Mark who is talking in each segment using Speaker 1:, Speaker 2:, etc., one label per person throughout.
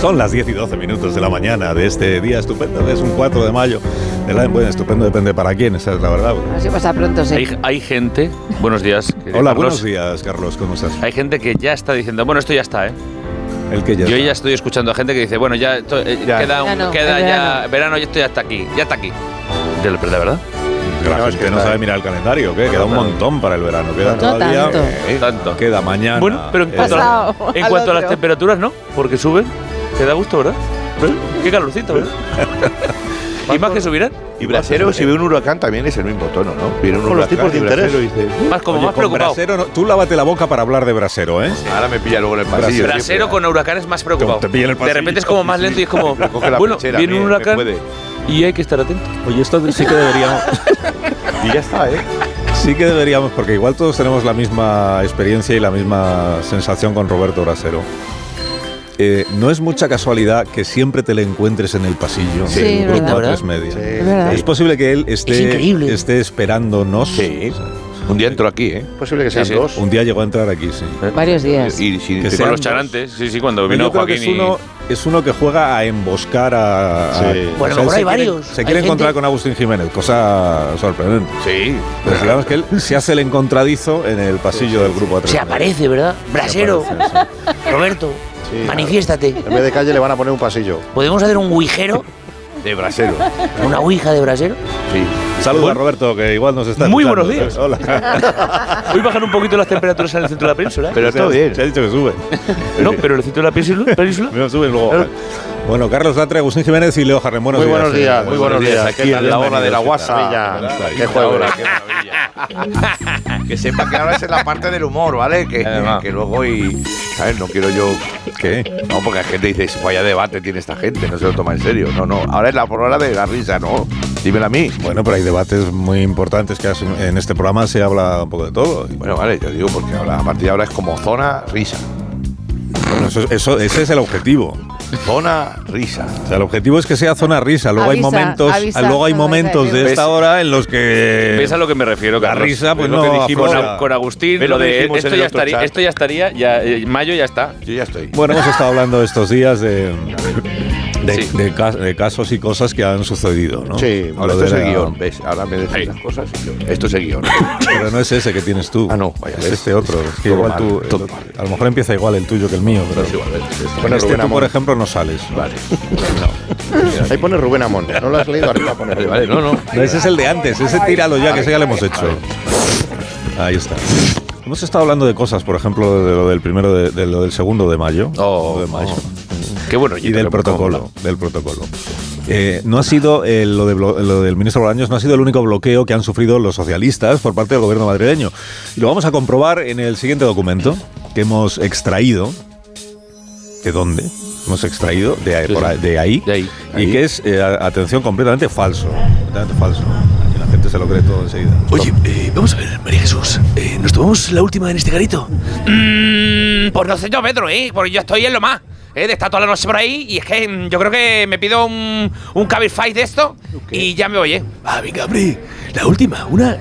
Speaker 1: Son las 10 y 12 minutos de la mañana de este día estupendo, es un 4 de mayo. De la, bueno, estupendo depende para quién, esa es la verdad.
Speaker 2: Así Pues pasa pronto, Ah, sí.
Speaker 3: Hay, hay gente, buenos días. querido
Speaker 1: Hola,
Speaker 3: Carlos.
Speaker 1: buenos días, Carlos, ¿cómo estás?
Speaker 3: Hay gente que ya está diciendo, bueno, esto ya está, ¿eh?
Speaker 1: El que ya
Speaker 3: Yo
Speaker 1: está.
Speaker 3: ya estoy escuchando a gente que dice, bueno, ya, esto, eh,
Speaker 1: Ya.
Speaker 3: queda, un-
Speaker 2: Verano,
Speaker 3: queda
Speaker 2: el
Speaker 3: ya, verano, ya esto ya está aquí, ya está aquí. De la de verdad,
Speaker 1: Que la
Speaker 3: No, es
Speaker 1: gente
Speaker 3: que
Speaker 1: no
Speaker 3: está-
Speaker 1: sabe mirar el calendario, ¿qué? Queda un
Speaker 3: Claro.
Speaker 1: montón para el verano. Queda
Speaker 2: No
Speaker 1: todavía,
Speaker 2: tanto.
Speaker 1: eh,
Speaker 3: Tanto.
Speaker 1: Queda mañana.
Speaker 3: Bueno, pero en
Speaker 1: eh,
Speaker 3: cuanto, a,
Speaker 2: Pasado
Speaker 3: en
Speaker 2: al
Speaker 3: cuanto a las
Speaker 2: otro.
Speaker 3: temperaturas, ¿no? Porque suben, te da gusto, ¿verdad? Qué calorcito, ¿eh? ¿verdad? y más que subirán,
Speaker 4: Y brasero, si ve un huracán, también es el mismo tono, ¿no? Viene un
Speaker 5: Con los
Speaker 4: huracán
Speaker 5: tipos de
Speaker 4: y
Speaker 5: interés.
Speaker 4: Brasero dice, "Uh,
Speaker 3: más como
Speaker 1: Oye,
Speaker 3: más
Speaker 1: con
Speaker 3: preocupado.
Speaker 1: Brasero no- tú lávate la boca para hablar de brasero, ¿eh?
Speaker 4: "Uh, ahora me pilla luego en el pasillo.
Speaker 3: Brasero
Speaker 4: siempre".
Speaker 3: con huracanes más preocupado.
Speaker 1: Te pilla en el
Speaker 3: de
Speaker 1: pasillo.
Speaker 3: repente es como más lento y es como,
Speaker 4: Pero coge la
Speaker 3: bueno,
Speaker 4: pechera,
Speaker 3: viene
Speaker 4: me-
Speaker 3: un
Speaker 4: me
Speaker 3: huracán
Speaker 4: puede.
Speaker 3: y hay que estar atento.
Speaker 1: Oye, esto sí que deberíamos.
Speaker 4: Y ya está, ¿eh?
Speaker 1: Sí que deberíamos, porque igual todos tenemos la misma experiencia y la misma sensación con Roberto Brasero. Eh, no es mucha casualidad que siempre te le encuentres en el pasillo
Speaker 2: Sí,
Speaker 1: del
Speaker 2: es
Speaker 1: grupo
Speaker 2: verdad.
Speaker 1: A3 Media.
Speaker 2: Es verdad.
Speaker 1: Es posible que él esté,
Speaker 2: increíble.
Speaker 1: esté esperándonos.
Speaker 4: Sí. Un día entro aquí, ¿eh? Es posible que sean
Speaker 3: sí.
Speaker 4: dos.
Speaker 1: Un día llegó a entrar aquí, sí.
Speaker 2: Varios días.
Speaker 4: Y, si-
Speaker 1: Que
Speaker 4: te-
Speaker 3: Con
Speaker 1: sean ambos.
Speaker 3: los charantes, sí, sí, cuando vino
Speaker 1: Yo creo que
Speaker 3: Joaquín
Speaker 1: es uno, es uno que juega a emboscar a.
Speaker 4: Sí.
Speaker 1: a-
Speaker 2: Bueno,
Speaker 1: él
Speaker 2: ahora
Speaker 1: se
Speaker 2: hay
Speaker 1: quiere-
Speaker 2: varios.
Speaker 1: Se quiere
Speaker 2: Hay
Speaker 1: encontrar
Speaker 2: gente-
Speaker 1: con Agustín Jiménez, cosa sorprendente.
Speaker 4: Sí.
Speaker 1: Pero digamos que él se hace el encontradizo en el pasillo del grupo A3.
Speaker 6: Se aparece, ¿verdad? Brasero, Roberto,
Speaker 5: Sí.
Speaker 6: manifiéstate.
Speaker 5: En vez de calle le van a poner un pasillo.
Speaker 6: ¿Podemos hacer un huijero?
Speaker 4: De brasero.
Speaker 6: ¿Una ouija de brasero?
Speaker 4: Sí.
Speaker 1: Saludos a Roberto, que igual nos está
Speaker 3: Muy
Speaker 1: escuchando.
Speaker 3: buenos días.
Speaker 1: Hola.
Speaker 3: Hoy bajan un poquito las temperaturas en el centro de la península. ¿eh?
Speaker 4: Pero está bien.
Speaker 1: Se ha dicho que sube.
Speaker 3: no, pero en el centro de la península. península
Speaker 1: Primero sube y luego baja. Bueno, Carlos Latre, Agustín Jiménez y Leo Jarrem. Buenos
Speaker 5: Muy
Speaker 1: días.
Speaker 5: buenos
Speaker 1: eh.
Speaker 5: días, muy buenos días.
Speaker 4: Aquí en la hora de la
Speaker 1: Bienvenidos,
Speaker 5: WhatsApp.
Speaker 4: guasa.
Speaker 1: ¿qué tal?
Speaker 5: Qué juego.
Speaker 4: Qué maravilla. que sepa que ahora es en la parte del humor, ¿vale? Que,
Speaker 3: Además.
Speaker 4: que luego y. ¿Sabes? No quiero yo.
Speaker 1: ¿Qué?
Speaker 4: No, porque la gente dice, vaya debate tiene esta gente, no se lo toma en serio. No, no. Ahora es la hora de la risa, no. Dímela a mí.
Speaker 1: Bueno, pero hay debates muy importantes que hacen- en este programa se habla un poco de todo.
Speaker 4: Bueno, vale, yo digo porque ahora, a partir de ahora es como zona risa.
Speaker 1: Bueno, eso, eso- ese es el objetivo.
Speaker 4: Zona risa.
Speaker 1: O sea, el objetivo es que sea zona risa. Luego hay
Speaker 2: Avisa,
Speaker 1: momentos,
Speaker 2: avisa.
Speaker 1: luego hay
Speaker 2: No, no, no, no.
Speaker 1: momentos de esta
Speaker 3: ¿Ves?
Speaker 1: hora en los que
Speaker 3: ¿Ves a lo que me refiero,
Speaker 1: La
Speaker 3: Carlos?
Speaker 1: risa, pues
Speaker 3: Es lo
Speaker 1: no
Speaker 3: que dijimos
Speaker 1: aflora.
Speaker 3: a- con Agustín,
Speaker 4: ¿Ves
Speaker 3: lo
Speaker 4: lo que
Speaker 3: de
Speaker 4: dijimos en
Speaker 3: esto
Speaker 4: el
Speaker 3: ya,
Speaker 4: otro
Speaker 3: estaría,
Speaker 4: chat?
Speaker 3: esto ya estaría, ya, eh, mayo ya está.
Speaker 4: Yo ya estoy.
Speaker 1: Bueno, pues hemos estado hablando estos días de, de,
Speaker 3: Sí.
Speaker 1: de cas- de casos y cosas que han sucedido, ¿no?
Speaker 5: Sí,
Speaker 1: Lo
Speaker 4: Ahora esto
Speaker 1: de
Speaker 4: es el
Speaker 1: la-
Speaker 4: guión, ¿ves? Ahora me
Speaker 3: Ahí.
Speaker 4: decís las cosas y yo. Esto es el guión.
Speaker 1: Pero no es ese que tienes tú.
Speaker 4: Ah, no, vaya,
Speaker 1: es
Speaker 4: ves.
Speaker 1: este otro. Es que
Speaker 4: Todo
Speaker 1: igual
Speaker 4: mal,
Speaker 1: tú-
Speaker 4: todo
Speaker 1: eh,
Speaker 4: mal.
Speaker 1: A lo mejor empieza igual el tuyo que el mío, pero.
Speaker 4: Es igual, ¿ves? Es-
Speaker 1: En
Speaker 5: Bueno,
Speaker 1: este
Speaker 5: Rubén
Speaker 1: tú, por
Speaker 5: Amón.
Speaker 1: ejemplo, no sales.
Speaker 4: Vale.
Speaker 5: Ahí pone Rubén Amón.
Speaker 1: ¿eh?
Speaker 5: No lo has leído, arriba pone
Speaker 4: Vale,
Speaker 5: Rubén.
Speaker 4: vale, no, no.
Speaker 1: No, ese es el de antes, ese tíralo ya, que ese ya lo hemos hecho. Ahí está. Hemos estado hablando de cosas, por ejemplo, de lo del primero, de, de lo del segundo de mayo.
Speaker 3: Oh,
Speaker 1: de mayo.
Speaker 3: Qué bueno.
Speaker 1: Y del protocolo, del protocolo. Eh, no ha sido eh, lo, de blo- lo del ministro Bolaños no ha sido el único bloqueo que han sufrido los socialistas por parte del gobierno madrileño. Y lo vamos a comprobar en el siguiente documento que hemos extraído. ¿De dónde? Hemos extraído de, ahí-
Speaker 3: Sí,
Speaker 1: por
Speaker 3: sí.
Speaker 1: ahí- de ahí.
Speaker 3: De ahí.
Speaker 1: Y que es, eh, a- atención, completamente falso. Completamente falso. Y la gente se lo cree todo enseguida.
Speaker 6: Oye, eh, vamos a ver, María Jesús. eh, ¿Nos tomamos la última en este garito?
Speaker 3: Mm, pues no sé yo, Pedro, ¿eh? Porque yo estoy en lo más. ¿eh? De estar toda la noche por ahí y es que mm, yo creo que me pido un, un Cabify de esto y ya me voy, ¿eh?
Speaker 6: Ah, venga, hombre. La última, una,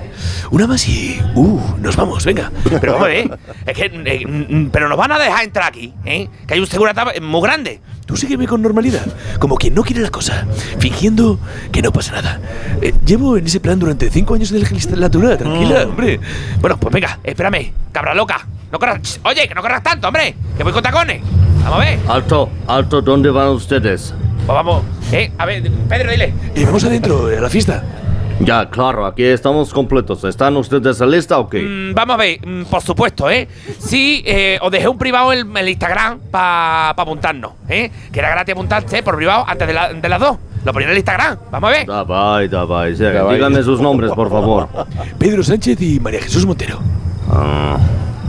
Speaker 6: una más y. Uh, nos vamos, venga.
Speaker 3: Pero vamos a ver, es que. eh, mm, pero nos van a dejar entrar aquí, ¿eh? Que hay un segurata eh, muy grande.
Speaker 6: Tú sígueme con normalidad, como quien no quiere la cosa, fingiendo que no pasa nada. Eh, llevo en ese plan durante cinco años de legislatura, tranquila,
Speaker 3: Mm.
Speaker 6: hombre.
Speaker 3: Bueno, pues venga, espérame, cabra loca. No corras. Ch, Oye, que no corras tanto, hombre. Que voy con tacones. Vamos a ver.
Speaker 7: Alto, alto, ¿dónde van ustedes?
Speaker 3: Pues vamos. Eh, a ver, Pedro, dile.
Speaker 6: Eh, vamos adentro, a la fiesta.
Speaker 7: Ya, claro, aquí estamos completos. ¿Están ustedes en lista o qué?
Speaker 3: Mm, vamos a ver, mm, por supuesto, ¿eh? Sí, eh, os dejé un privado en el Instagram para apuntarnos, ¿eh? Que era gratis apuntarse por privado antes de, la- de las dos. Lo ponía en el Instagram. Vamos a ver.
Speaker 7: Davai, davai, sí,
Speaker 4: Davai.
Speaker 7: díganme sus nombres, por favor.
Speaker 6: Pedro Sánchez y María Jesús Montero.
Speaker 7: Ah,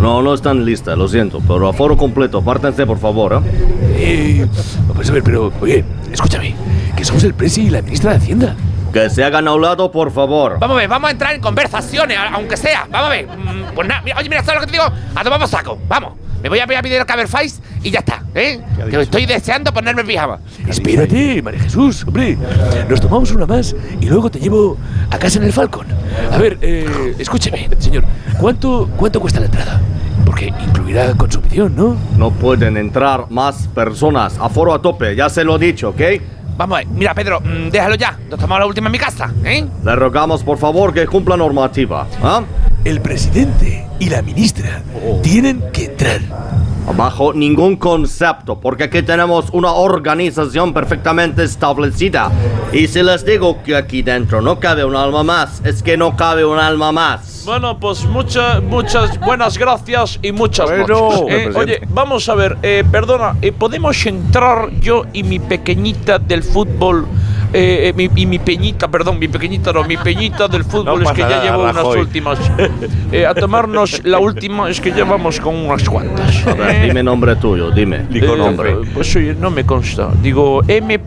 Speaker 7: No, no están listas, lo siento, pero aforo completo, apártense por favor, ¿eh?
Speaker 6: Eh, pues a ver, pero, oye, escúchame, que somos el presi y la ministra de Hacienda.
Speaker 7: Que se hagan a un lado, por favor.
Speaker 3: Vamos a ver, vamos a entrar en conversaciones, a- aunque sea. Vamos a ver. Mm, Pues nada, mira, oye, mira, ¿sabes lo que te digo? A tomar por saco. Vamos. Me voy a voy a pedir el caberface y ya está, ¿eh? Que estoy deseando ponerme el pijama.
Speaker 6: Espérate, María Jesús, hombre. Nos tomamos una más y luego te llevo a casa en el Falcon. A ver, eh, escúcheme, señor. ¿Cuánto, ¿Cuánto cuesta la entrada? Porque incluirá consumición, ¿no?
Speaker 7: No pueden entrar más personas, aforo a tope, ya se lo he dicho, ¿ok?
Speaker 3: Vamos a ver. Mira, Pedro, mm, déjalo ya. Nos tomamos la última en mi casa, ¿eh?
Speaker 7: Le rogamos, por favor, que cumpla normativa, ¿ah?
Speaker 6: El presidente y la ministra
Speaker 3: Oh,
Speaker 6: tienen que entrar.
Speaker 7: Bajo ningún concepto, porque aquí tenemos una organización perfectamente establecida. Y si les digo que aquí dentro no cabe un alma más, es que no cabe un alma más.
Speaker 8: Bueno, pues muchas, muchas buenas gracias y muchas noches. Eh, oye, vamos a ver, eh, perdona, eh, ¿podemos entrar yo y mi pequeñita del fútbol? eh, eh, mi- y mi peñita, perdón, mi pequeñita no, mi peñita del fútbol es
Speaker 4: pasa
Speaker 8: que ya
Speaker 4: nada,
Speaker 8: llevo unas
Speaker 4: Rajoy.
Speaker 8: últimas. eh, a tomarnos la última, es que ya vamos con unas cuantas.
Speaker 7: A ver, dime nombre tuyo, dime.
Speaker 8: Eh, pues oye, no me consta. Digo, M.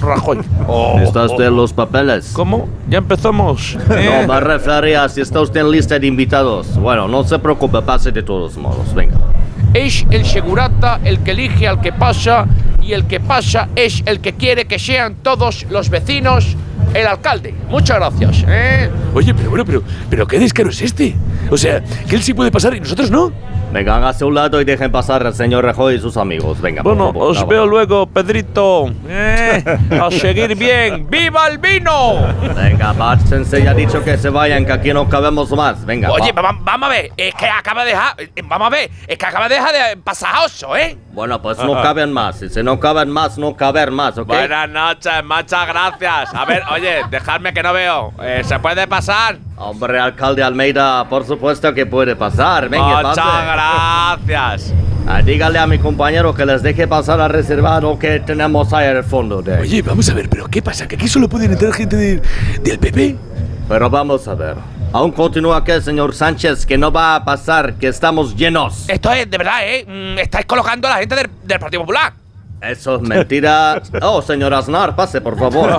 Speaker 8: Rajoy.
Speaker 6: Oh.
Speaker 7: ¿Estás de los papeles?
Speaker 8: ¿Cómo? Eh. Ya empezamos.
Speaker 7: No, me refería si está usted en lista de invitados. Bueno, no se preocupe, pase de todos modos, venga.
Speaker 8: es el segurata el que elige al que pasa y el que pasa es el que quiere que sean todos los vecinos el alcalde. Muchas gracias. ¿eh?
Speaker 6: Oye, pero bueno, pero, pero qué descaro es este. O sea, que él sí puede pasar y nosotros no.
Speaker 7: Venga, hágase a un lado y dejen pasar al señor Rajoy y sus amigos. Venga, por
Speaker 8: Bueno,
Speaker 7: favor,
Speaker 8: os
Speaker 7: bravo.
Speaker 8: veo luego, Pedrito. ¿eh? A seguir bien. ¡Viva el vino!
Speaker 7: Venga, bárchense, ya ha dicho que se vayan, que aquí no cabemos más. Venga,
Speaker 3: Oye,
Speaker 7: va.
Speaker 3: va- va- vamos a ver. Es que acaba de dejar. eh, Vamos a ver. Es que acaba de dejar de pasar a ocho, ¿eh?
Speaker 7: Bueno, pues no caben más. Y si no caben más, no caben más, ¿ok?
Speaker 3: Buenas noches, muchas gracias. A ver, oye, dejadme que no veo. Eh, ¿Se puede pasar?
Speaker 7: Hombre, alcalde Almeida, por supuesto que puede pasar. Venga,
Speaker 3: Muchas
Speaker 7: pase.
Speaker 3: gracias.
Speaker 7: Ah, dígale a mi compañero que les deje pasar al reservado que tenemos ahí al fondo de
Speaker 6: Oye, vamos a ver, pero ¿qué pasa? ¿Que aquí solo pueden entrar gente de- del PP?
Speaker 7: Pero vamos a ver. Aún continúa aquel señor Sánchez que no va a pasar, que estamos llenos.
Speaker 3: Esto es de verdad, ¿eh? Mm, Estáis colocando a la gente del, del Partido Popular.
Speaker 7: Eso es mentira. Oh, señor Aznar, pase, por favor.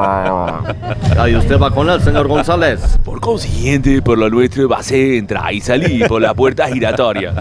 Speaker 7: Ah, ¿Y usted va con él, señor González?
Speaker 6: Por consiguiente, por lo nuestro vas a entrar y salir por la puerta giratoria.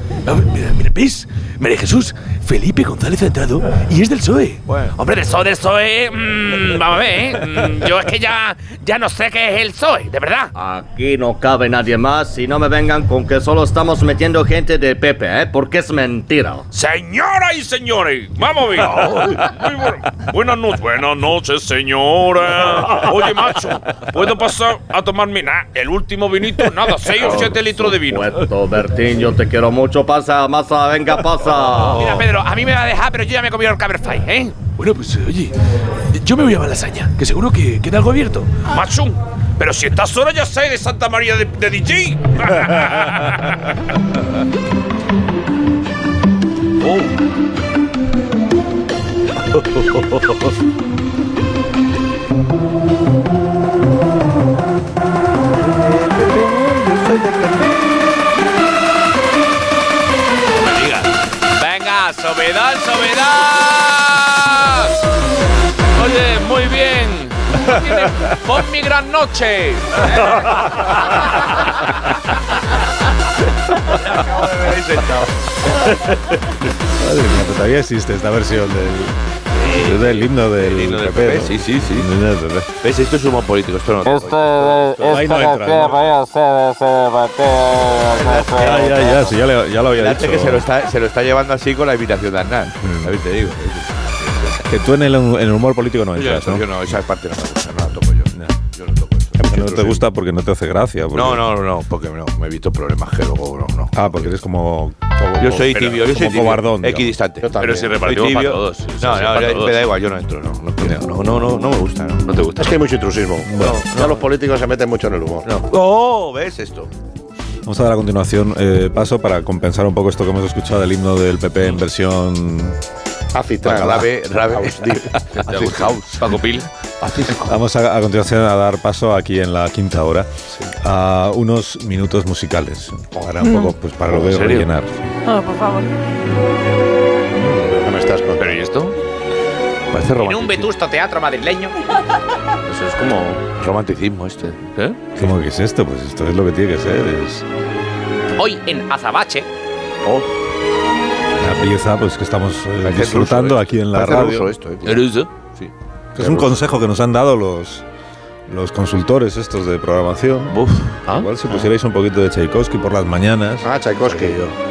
Speaker 6: Mira, mira, ¿Ves? María Jesús, Felipe González ha entrado y es del PSOE.
Speaker 3: Hombre, del PSOE, del PSOE. mm, vamos a ver, ¿eh? Mm, yo es que ya, ya no sé qué es el PSOE, de verdad.
Speaker 7: Aquí no cabe nadie más y no me vengan con que solo estamos metiendo gente de Pepe, ¿eh? Porque es mentira.
Speaker 8: Señoras y señores, vamos bien. Muy bueno. Buenas noches. Buenas noches, señora. Oye, macho, ¿puedo pasar a tomarme nah, el último vinito? Nada, 6
Speaker 7: Ah,
Speaker 8: o 7 litros de vino.
Speaker 7: Puesto, Bertín, yo te quiero mucho. Pasa, masa, venga, pasa.
Speaker 3: Mira, Pedro, a mí me va a dejar, pero yo ya me he comido el caberfai, ¿eh?
Speaker 6: Bueno, pues eh, oye, yo me voy a Malasaña, que seguro que queda algo abierto.
Speaker 3: Ah.
Speaker 8: Macho, pero si estás sola ya sé de Santa María de, de DJ.
Speaker 3: Venga, sobedan, sobedan.
Speaker 8: Oye, muy bien. Tienes- Pon mi gran noche.
Speaker 1: Madre mía, pero todavía existe esta versión del, del himno del,
Speaker 4: himno del
Speaker 1: PP,
Speaker 4: PP,
Speaker 1: ¿no?
Speaker 4: sí, sí, sí.
Speaker 1: Del himno del PP.
Speaker 4: ¿Ves? Esto es humor político, esto no.
Speaker 1: Ahí no entra. ahí no. Ya, ya, ya, sí, ya, le- ya lo había
Speaker 4: Fíjate
Speaker 1: dicho. Mm.
Speaker 4: que se lo, está, se lo está llevando así con la invitación de Hernán. A ver, te digo.
Speaker 1: Que tú en el, en el humor político no
Speaker 4: Yo,
Speaker 1: entras, ¿no?
Speaker 4: yo no, esa parte no me gusta, no la toco yo. Yo no toco eso.
Speaker 1: Que no te gusta porque no te hace gracia. porque-
Speaker 4: No, no, no, porque no, me evito problemas que luego no. no.
Speaker 1: Ah, porque eres como. como-
Speaker 4: Yo soy
Speaker 1: pero-
Speaker 4: tibio, yo
Speaker 1: como
Speaker 4: soy tibio.
Speaker 1: cobardón. digamos.
Speaker 4: Equidistante.
Speaker 5: Yo también. Pero si
Speaker 4: repartimos para todos. No, no, yo- me da igual, yo no entro, no. No, quiero, no, no, no, no me gusta, no. No te gusta.
Speaker 5: Es que hay mucho intrusismo. Ya los políticos se meten mucho en el humor.
Speaker 4: No. Oh, ¿ves esto?
Speaker 1: Vamos a dar a continuación eh, paso para compensar un poco esto que hemos escuchado del himno del PP en versión.
Speaker 5: Acitra,
Speaker 4: Rabe, Rabe.
Speaker 5: Ausdip.
Speaker 4: Hace house.
Speaker 8: Paco Pil. pacífico.
Speaker 1: Vamos a, a continuación a dar paso aquí en la quinta hora a unos minutos musicales para un poco, pues para lo de
Speaker 4: Oh. ¿En serio?
Speaker 1: rellenar.
Speaker 3: Oh,
Speaker 9: Ah, por favor.
Speaker 4: No me estás contando. ¿Pero y esto? Parece
Speaker 3: En un
Speaker 4: romanticismo.
Speaker 3: vetusto teatro madrileño.
Speaker 4: Eso es como romanticismo este. ¿Eh?
Speaker 1: ¿Cómo que es esto? Pues esto es lo que tiene que ser. Es
Speaker 3: Hoy en Azabache.
Speaker 4: Oh,
Speaker 1: una pieza pues que estamos eh,
Speaker 4: parece
Speaker 1: disfrutando
Speaker 4: ruso, ¿eh?
Speaker 1: aquí en la
Speaker 4: Parece ruso
Speaker 1: radio.
Speaker 4: esto, ¿eh? Sí.
Speaker 1: Es un consejo que nos han dado los los consultores estos de programación.
Speaker 8: Buf. ¿Ah?
Speaker 1: Igual si pusierais un poquito de Tchaikovsky por las mañanas. Pues,
Speaker 5: Ah, Tchaikovsky.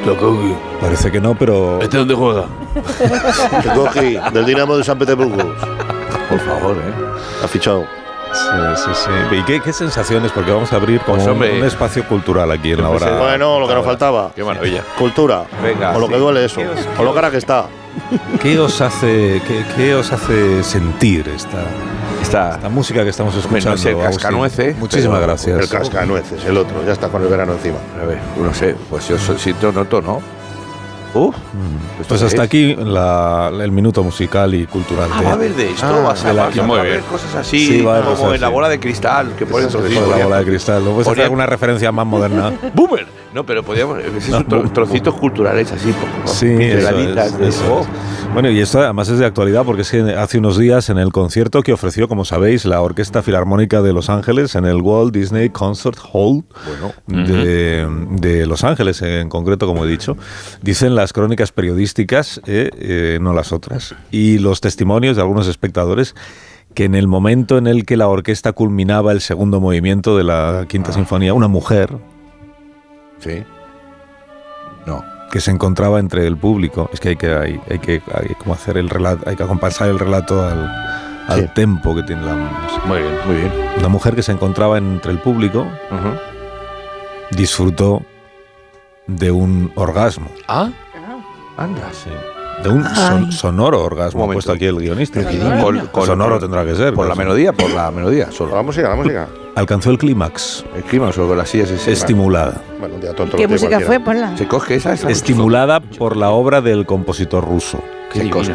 Speaker 8: Tokogi.
Speaker 1: Parece que no, pero
Speaker 8: ¿Este dónde juega?
Speaker 5: Tchaikovsky, del Dinamo de San Petersburgo.
Speaker 4: Por favor, ¿eh?
Speaker 5: Ha fichado.
Speaker 1: Sí, sí, sí. ¿Y qué, qué sensaciones? Porque vamos a abrir como
Speaker 4: Pues,
Speaker 1: un,
Speaker 4: hombre,
Speaker 1: un espacio cultural aquí en la hora.
Speaker 5: Pues Bueno, lo que nos faltaba.
Speaker 4: Qué maravilla.
Speaker 5: Cultura.
Speaker 4: Venga,
Speaker 5: o lo
Speaker 4: sí.
Speaker 5: que duele eso. O lo cara que está.
Speaker 1: ¿Qué os hace, qué, qué os hace sentir esta,
Speaker 4: Está.
Speaker 1: esta música que estamos
Speaker 4: Hombre,
Speaker 1: escuchando?
Speaker 4: no sé, el
Speaker 1: Agustín?
Speaker 4: cascanueces,
Speaker 1: Muchísimas
Speaker 4: pero-
Speaker 1: gracias.
Speaker 5: El cascanueces, el otro. Ya está con el verano encima.
Speaker 4: A ver, no sé, pues yo so- siento, noto, ¿no? Mm. Uf. ¿esto
Speaker 1: Pues
Speaker 4: qué
Speaker 1: hasta
Speaker 4: es?
Speaker 1: aquí la- el minuto musical y cultural.
Speaker 4: Ah,
Speaker 1: de-
Speaker 4: va a haber de esto, vas a,
Speaker 1: de la-
Speaker 4: vas a-
Speaker 1: muy
Speaker 4: va a haber
Speaker 1: bien.
Speaker 4: cosas así,
Speaker 1: Sí, va a haber
Speaker 4: como
Speaker 1: cosas
Speaker 4: en la
Speaker 1: así.
Speaker 4: bola de cristal, que ponen
Speaker 1: Con
Speaker 4: trocitos.
Speaker 1: la bola de cristal. ¿No puedes hacer
Speaker 4: Podría-
Speaker 1: alguna referencia más moderna?
Speaker 4: ¡Boomer! No, pero podíamos, esos
Speaker 1: No,
Speaker 4: son tro-
Speaker 1: boom,
Speaker 4: trocitos culturales así, como
Speaker 1: Sí, eso
Speaker 4: pinceladitas
Speaker 1: es,
Speaker 4: de-
Speaker 1: eso
Speaker 4: oh,
Speaker 1: es. Bueno, y esto además es de actualidad porque es que hace unos días en el concierto que ofreció, como sabéis, la Orquesta Filarmónica de Los Ángeles en el Walt Disney Concert Hall de, de Los Ángeles, en concreto, como he dicho, dicen las crónicas periodísticas, eh, eh, no las otras, y los testimonios de algunos espectadores que en el momento en el que la orquesta culminaba el segundo movimiento de la Quinta Sinfonía, una mujer,
Speaker 4: Sí. No.
Speaker 1: que se encontraba entre el público. Es que hay que, hay, hay que, hay como hacer el relato, hay que acompasar el relato al, al
Speaker 5: Sí.
Speaker 1: tempo que tiene la música.
Speaker 4: Muy bien, muy bien.
Speaker 1: Una mujer que se encontraba entre el público disfrutó de un orgasmo.
Speaker 8: ¿Ah?
Speaker 4: Anda.
Speaker 1: Sí. De un son-
Speaker 9: Ay.
Speaker 1: sonoro orgasmo.
Speaker 4: Un
Speaker 1: Ha puesto
Speaker 4: momento.
Speaker 1: aquí el guionista.
Speaker 4: Con- con-
Speaker 1: sonoro tendrá que ser.
Speaker 4: Por la
Speaker 1: casi.
Speaker 4: melodía, por la melodía,
Speaker 5: Pero
Speaker 4: solo.
Speaker 5: la música, la música.
Speaker 1: Alcanzó el clímax.
Speaker 4: El clima, solo con las sillas ese.
Speaker 1: estimulada.
Speaker 5: Bueno, un día tonto.
Speaker 9: ¿Qué
Speaker 5: lo tiene
Speaker 9: música fue?
Speaker 5: cualquiera.
Speaker 9: Ponla.
Speaker 4: Se coge esa, esa.
Speaker 1: Estimulada por la obra del compositor ruso.
Speaker 4: Tchaikovsky.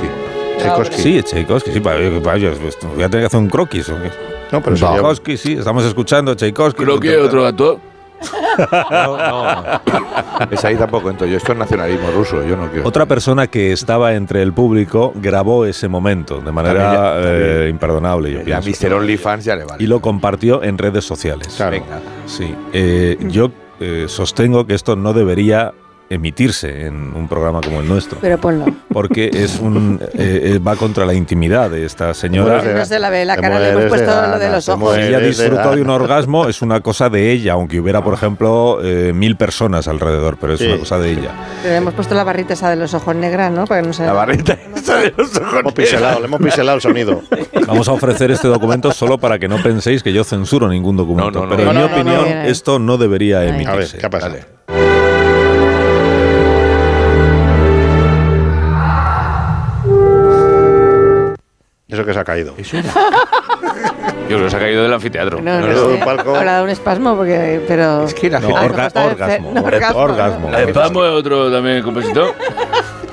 Speaker 5: Tchaikovsky.
Speaker 1: Sí, Tchaikovsky. Sí, para, para- yo- voy a tener que hacer un croquis. ¿o qué?
Speaker 5: No, pero sería-
Speaker 1: Tchaikovsky, sí, estamos escuchando Tchaikovsky.
Speaker 6: Creo que hay otro gato.
Speaker 4: Esa ahí tampoco, entonces. Yo, esto es nacionalismo ruso, yo no quiero.
Speaker 1: Otra persona que estaba entre el público grabó ese momento de manera
Speaker 4: También ya-
Speaker 1: eh,
Speaker 4: también.
Speaker 1: imperdonable, yo
Speaker 4: Ya
Speaker 1: pienso.
Speaker 4: Mr. OnlyFans ya le vale.
Speaker 1: Y lo compartió en redes sociales.
Speaker 5: Claro.
Speaker 4: Venga.
Speaker 1: Sí. Eh, yo eh, sostengo que esto no debería emitirse en un programa como el nuestro,
Speaker 2: Pero ponlo.
Speaker 1: porque es un eh, eh, va contra la intimidad de esta señora.
Speaker 5: Bueno,
Speaker 2: No se la ve la
Speaker 5: Te
Speaker 2: cara, le hemos
Speaker 5: mueres
Speaker 2: puesto lo de
Speaker 5: ganas,
Speaker 2: los
Speaker 5: te
Speaker 2: ojos.
Speaker 5: mueres
Speaker 1: ella
Speaker 5: de
Speaker 1: disfrutó de un
Speaker 5: ganas.
Speaker 1: orgasmo, es una cosa de ella, aunque hubiera, por ejemplo, eh, mil personas alrededor, pero es
Speaker 5: Sí.
Speaker 1: una cosa de ella.
Speaker 2: Pero le hemos puesto la barrita esa de los ojos negra, ¿no? Para que no se
Speaker 4: La barrita esa de los
Speaker 5: Le
Speaker 4: ojos.
Speaker 5: hemos pincelado, le hemos pincelado el sonido.
Speaker 1: Vamos a ofrecer este documento solo para que no penséis que yo censuro ningún documento.
Speaker 4: No, no, no.
Speaker 1: pero
Speaker 5: No, no,
Speaker 1: en mi
Speaker 5: no,
Speaker 1: opinión,
Speaker 2: no, no.
Speaker 1: esto no debería
Speaker 2: Ahí.
Speaker 5: A ver,
Speaker 1: emitirse.
Speaker 5: ¿qué pasa?
Speaker 4: Dale.
Speaker 5: Eso que se ha caído.
Speaker 8: Yo creo que se ha caído del anfiteatro.
Speaker 2: No, no,
Speaker 5: no,
Speaker 2: sé.
Speaker 5: un palco.
Speaker 2: Habrá dado un espasmo porque. Pero.
Speaker 4: Es que la
Speaker 1: No,
Speaker 4: gente.
Speaker 2: Ay,
Speaker 1: orga-
Speaker 2: no, no,
Speaker 1: orgasmo.
Speaker 2: no, orgasmo.
Speaker 1: orgasmo.
Speaker 8: Eh,
Speaker 6: La de Pamo es otro también compositor.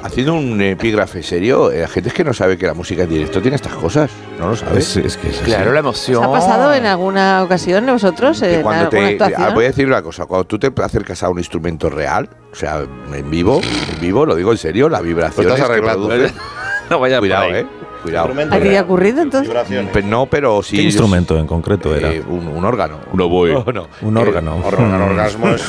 Speaker 4: Haciendo un epígrafe serio, eh, la gente es que no sabe que la música en directo tiene estas cosas. No lo sabe.
Speaker 1: Es, es que es así.
Speaker 8: Claro, la
Speaker 2: ¿Os
Speaker 8: emoción.
Speaker 2: ha pasado en alguna ocasión a vosotros?
Speaker 4: Que
Speaker 2: En
Speaker 4: cuando
Speaker 2: alguna
Speaker 4: te, ah,
Speaker 2: actuación?
Speaker 4: voy a decir una cosa, cuando tú te acercas a un instrumento real, o sea, en vivo, en vivo, lo digo en serio, la vibración
Speaker 5: Lo estás arreglando, ¿eh?
Speaker 8: No vaya por
Speaker 4: Cuidado,
Speaker 8: ahí.
Speaker 4: eh. Cuidado.
Speaker 2: ¿A ti te ha ocurrido entonces?
Speaker 5: Vibraciones.
Speaker 4: Pe- Pues no, pero sí.
Speaker 1: ¿Qué instrumento en concreto era?
Speaker 4: eh, un, un órgano.
Speaker 8: Un oboe.
Speaker 4: No, no.
Speaker 1: Un
Speaker 4: Eh,
Speaker 1: órgano.
Speaker 5: Organ- orgasmo es-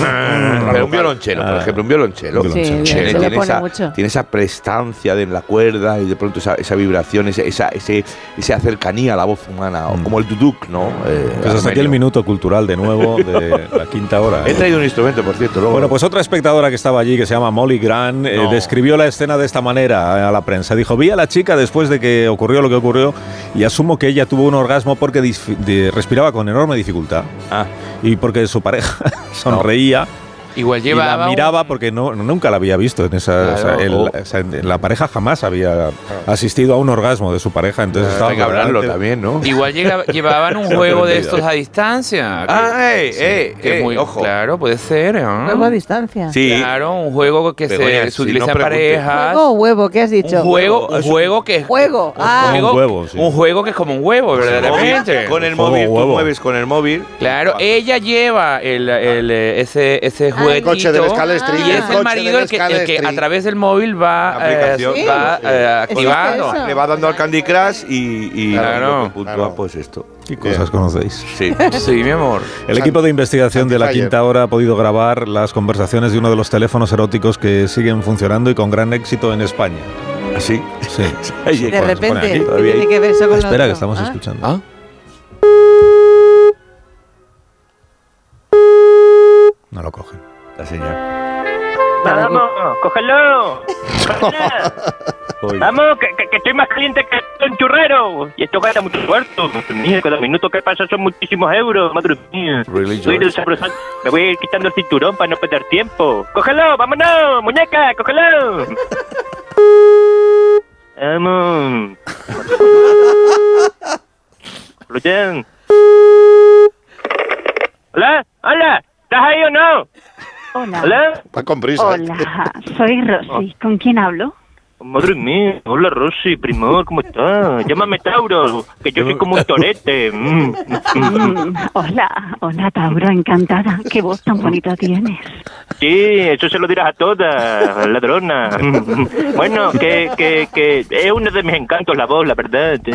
Speaker 4: Pero un violonchelo, por
Speaker 1: Ah.
Speaker 4: ejemplo, un violonchelo.
Speaker 1: Un
Speaker 2: Sí,
Speaker 1: violonchelo.
Speaker 4: Tiene,
Speaker 2: se le
Speaker 4: tiene
Speaker 2: pone
Speaker 4: esa,
Speaker 2: mucho.
Speaker 4: tiene esa prestancia de en la cuerda y de pronto esa, esa vibración, ese- esa, ese, esa cercanía a la voz humana, o
Speaker 1: Mm.
Speaker 4: como el duduk, ¿no? Eh,
Speaker 1: Pues hasta aquí el
Speaker 4: armenio.
Speaker 1: minuto cultural de nuevo de la quinta hora.
Speaker 4: He
Speaker 1: ¿eh?
Speaker 4: traído un instrumento, por cierto. Luego
Speaker 1: Bueno, pues otra espectadora que estaba allí, que se llama Molly Grant, eh,
Speaker 8: No.
Speaker 1: describió la escena de esta manera a la prensa. Dijo, vi a la chica después de que ocurrió lo que ocurrió y asumo que ella tuvo un orgasmo porque disf- de- respiraba con enorme dificultad
Speaker 4: Ah.
Speaker 1: y porque su pareja sonreía
Speaker 3: Igual
Speaker 1: Y
Speaker 3: lleva.
Speaker 1: la miraba porque no, nunca la había visto en esa. o sea, el-
Speaker 4: Oh.
Speaker 1: o sea, en- la pareja jamás había asistido a un orgasmo de su pareja, entonces estaba.
Speaker 4: Hay que hablarlo
Speaker 1: completamente-
Speaker 4: también, ¿no?
Speaker 9: Igual llega- llevaban un juego de estos a distancia. que-
Speaker 4: Ah, eh, eh,
Speaker 9: que
Speaker 4: eh,
Speaker 9: muy-
Speaker 4: ojo.
Speaker 9: Claro, puede ser. ¿ah?
Speaker 2: Huevo a distancia.
Speaker 4: Sí.
Speaker 9: Claro, un juego que
Speaker 4: Begoña,
Speaker 9: se,
Speaker 4: si
Speaker 9: se utiliza
Speaker 4: no
Speaker 9: en
Speaker 4: preguntes.
Speaker 9: parejas.
Speaker 2: ¿Juego o huevo? ¿Qué has dicho?
Speaker 9: Un juego, un juego que es.
Speaker 2: Juego. Ah.
Speaker 1: Como un huevo, sí.
Speaker 9: un juego que es como un huevo, verdaderamente.
Speaker 4: Con el
Speaker 1: Juego
Speaker 4: móvil, tú
Speaker 1: huevo.
Speaker 4: mueves con el móvil.
Speaker 9: Claro, ella lleva el, el, eh, ese, ese
Speaker 2: Ah, el
Speaker 9: juguetito.
Speaker 5: coche del Escala Street.
Speaker 9: Y es
Speaker 5: coche
Speaker 9: el marido
Speaker 5: del
Speaker 9: el que,
Speaker 5: Escala
Speaker 9: el que a
Speaker 5: Street.
Speaker 9: través del móvil va,
Speaker 4: La aplicación.
Speaker 9: eh, va
Speaker 4: Sí.
Speaker 9: eh,
Speaker 2: ¿Existe
Speaker 9: activando.
Speaker 2: eso?
Speaker 4: Le va dando al Candy Crush y, y
Speaker 9: Claro.
Speaker 4: lo que puntúa,
Speaker 5: Claro.
Speaker 4: pues esto.
Speaker 1: ¿Qué cosas conocéis?
Speaker 4: Sí.
Speaker 9: Sí, mi amor.
Speaker 1: El equipo de investigación de la
Speaker 5: Antifire.
Speaker 1: Quinta Hora ha podido grabar las conversaciones de uno de los teléfonos eróticos que siguen funcionando y con gran éxito en España.
Speaker 4: Así.
Speaker 1: Sí.
Speaker 2: De
Speaker 1: Cuando se pone
Speaker 2: repente,
Speaker 1: aquí,
Speaker 2: ¿qué
Speaker 4: todavía
Speaker 2: tiene
Speaker 4: hay-
Speaker 2: que ver eso con lo
Speaker 1: Espera,
Speaker 2: otro?
Speaker 1: que estamos
Speaker 2: Ah.
Speaker 1: escuchando.
Speaker 9: ¿Ah?
Speaker 1: No lo cogen.
Speaker 4: La señal.
Speaker 10: Vamos, cógelo. Vamos, que, que- que estoy más caliente que un churrero. Y esto gasta mucho cuarto. Mira, Cada minuto que pasa son muchísimos euros, madre mía.
Speaker 4: Really,
Speaker 10: Voy a ir
Speaker 4: George?
Speaker 10: sabrosando. Me voy a ir quitando el cinturón para no perder tiempo. ¡Cógelo! ¡Vámonos! ¡Muñeca! ¡Cógelo! Vamos. Luyan. ¿Hola? ¿Hola? ¿Estás ahí o no?
Speaker 11: Hola.
Speaker 10: ¿Hola?
Speaker 5: Va con prisa. ¿eh?
Speaker 11: Hola, soy
Speaker 10: Ah.
Speaker 11: Rosy. ¿Con quién hablo?
Speaker 10: Madre mía, hola Rosy, primo, ¿cómo estás? Llámame Tauro, que yo soy como un torete. Mm, mm, mm.
Speaker 11: Mm, hola, hola Tauro, encantada. Qué voz tan bonita tienes.
Speaker 10: Sí, eso se lo dirás a todas, ladrona. Mm. Bueno, que, que, que es uno de mis encantos la voz, la verdad. sí.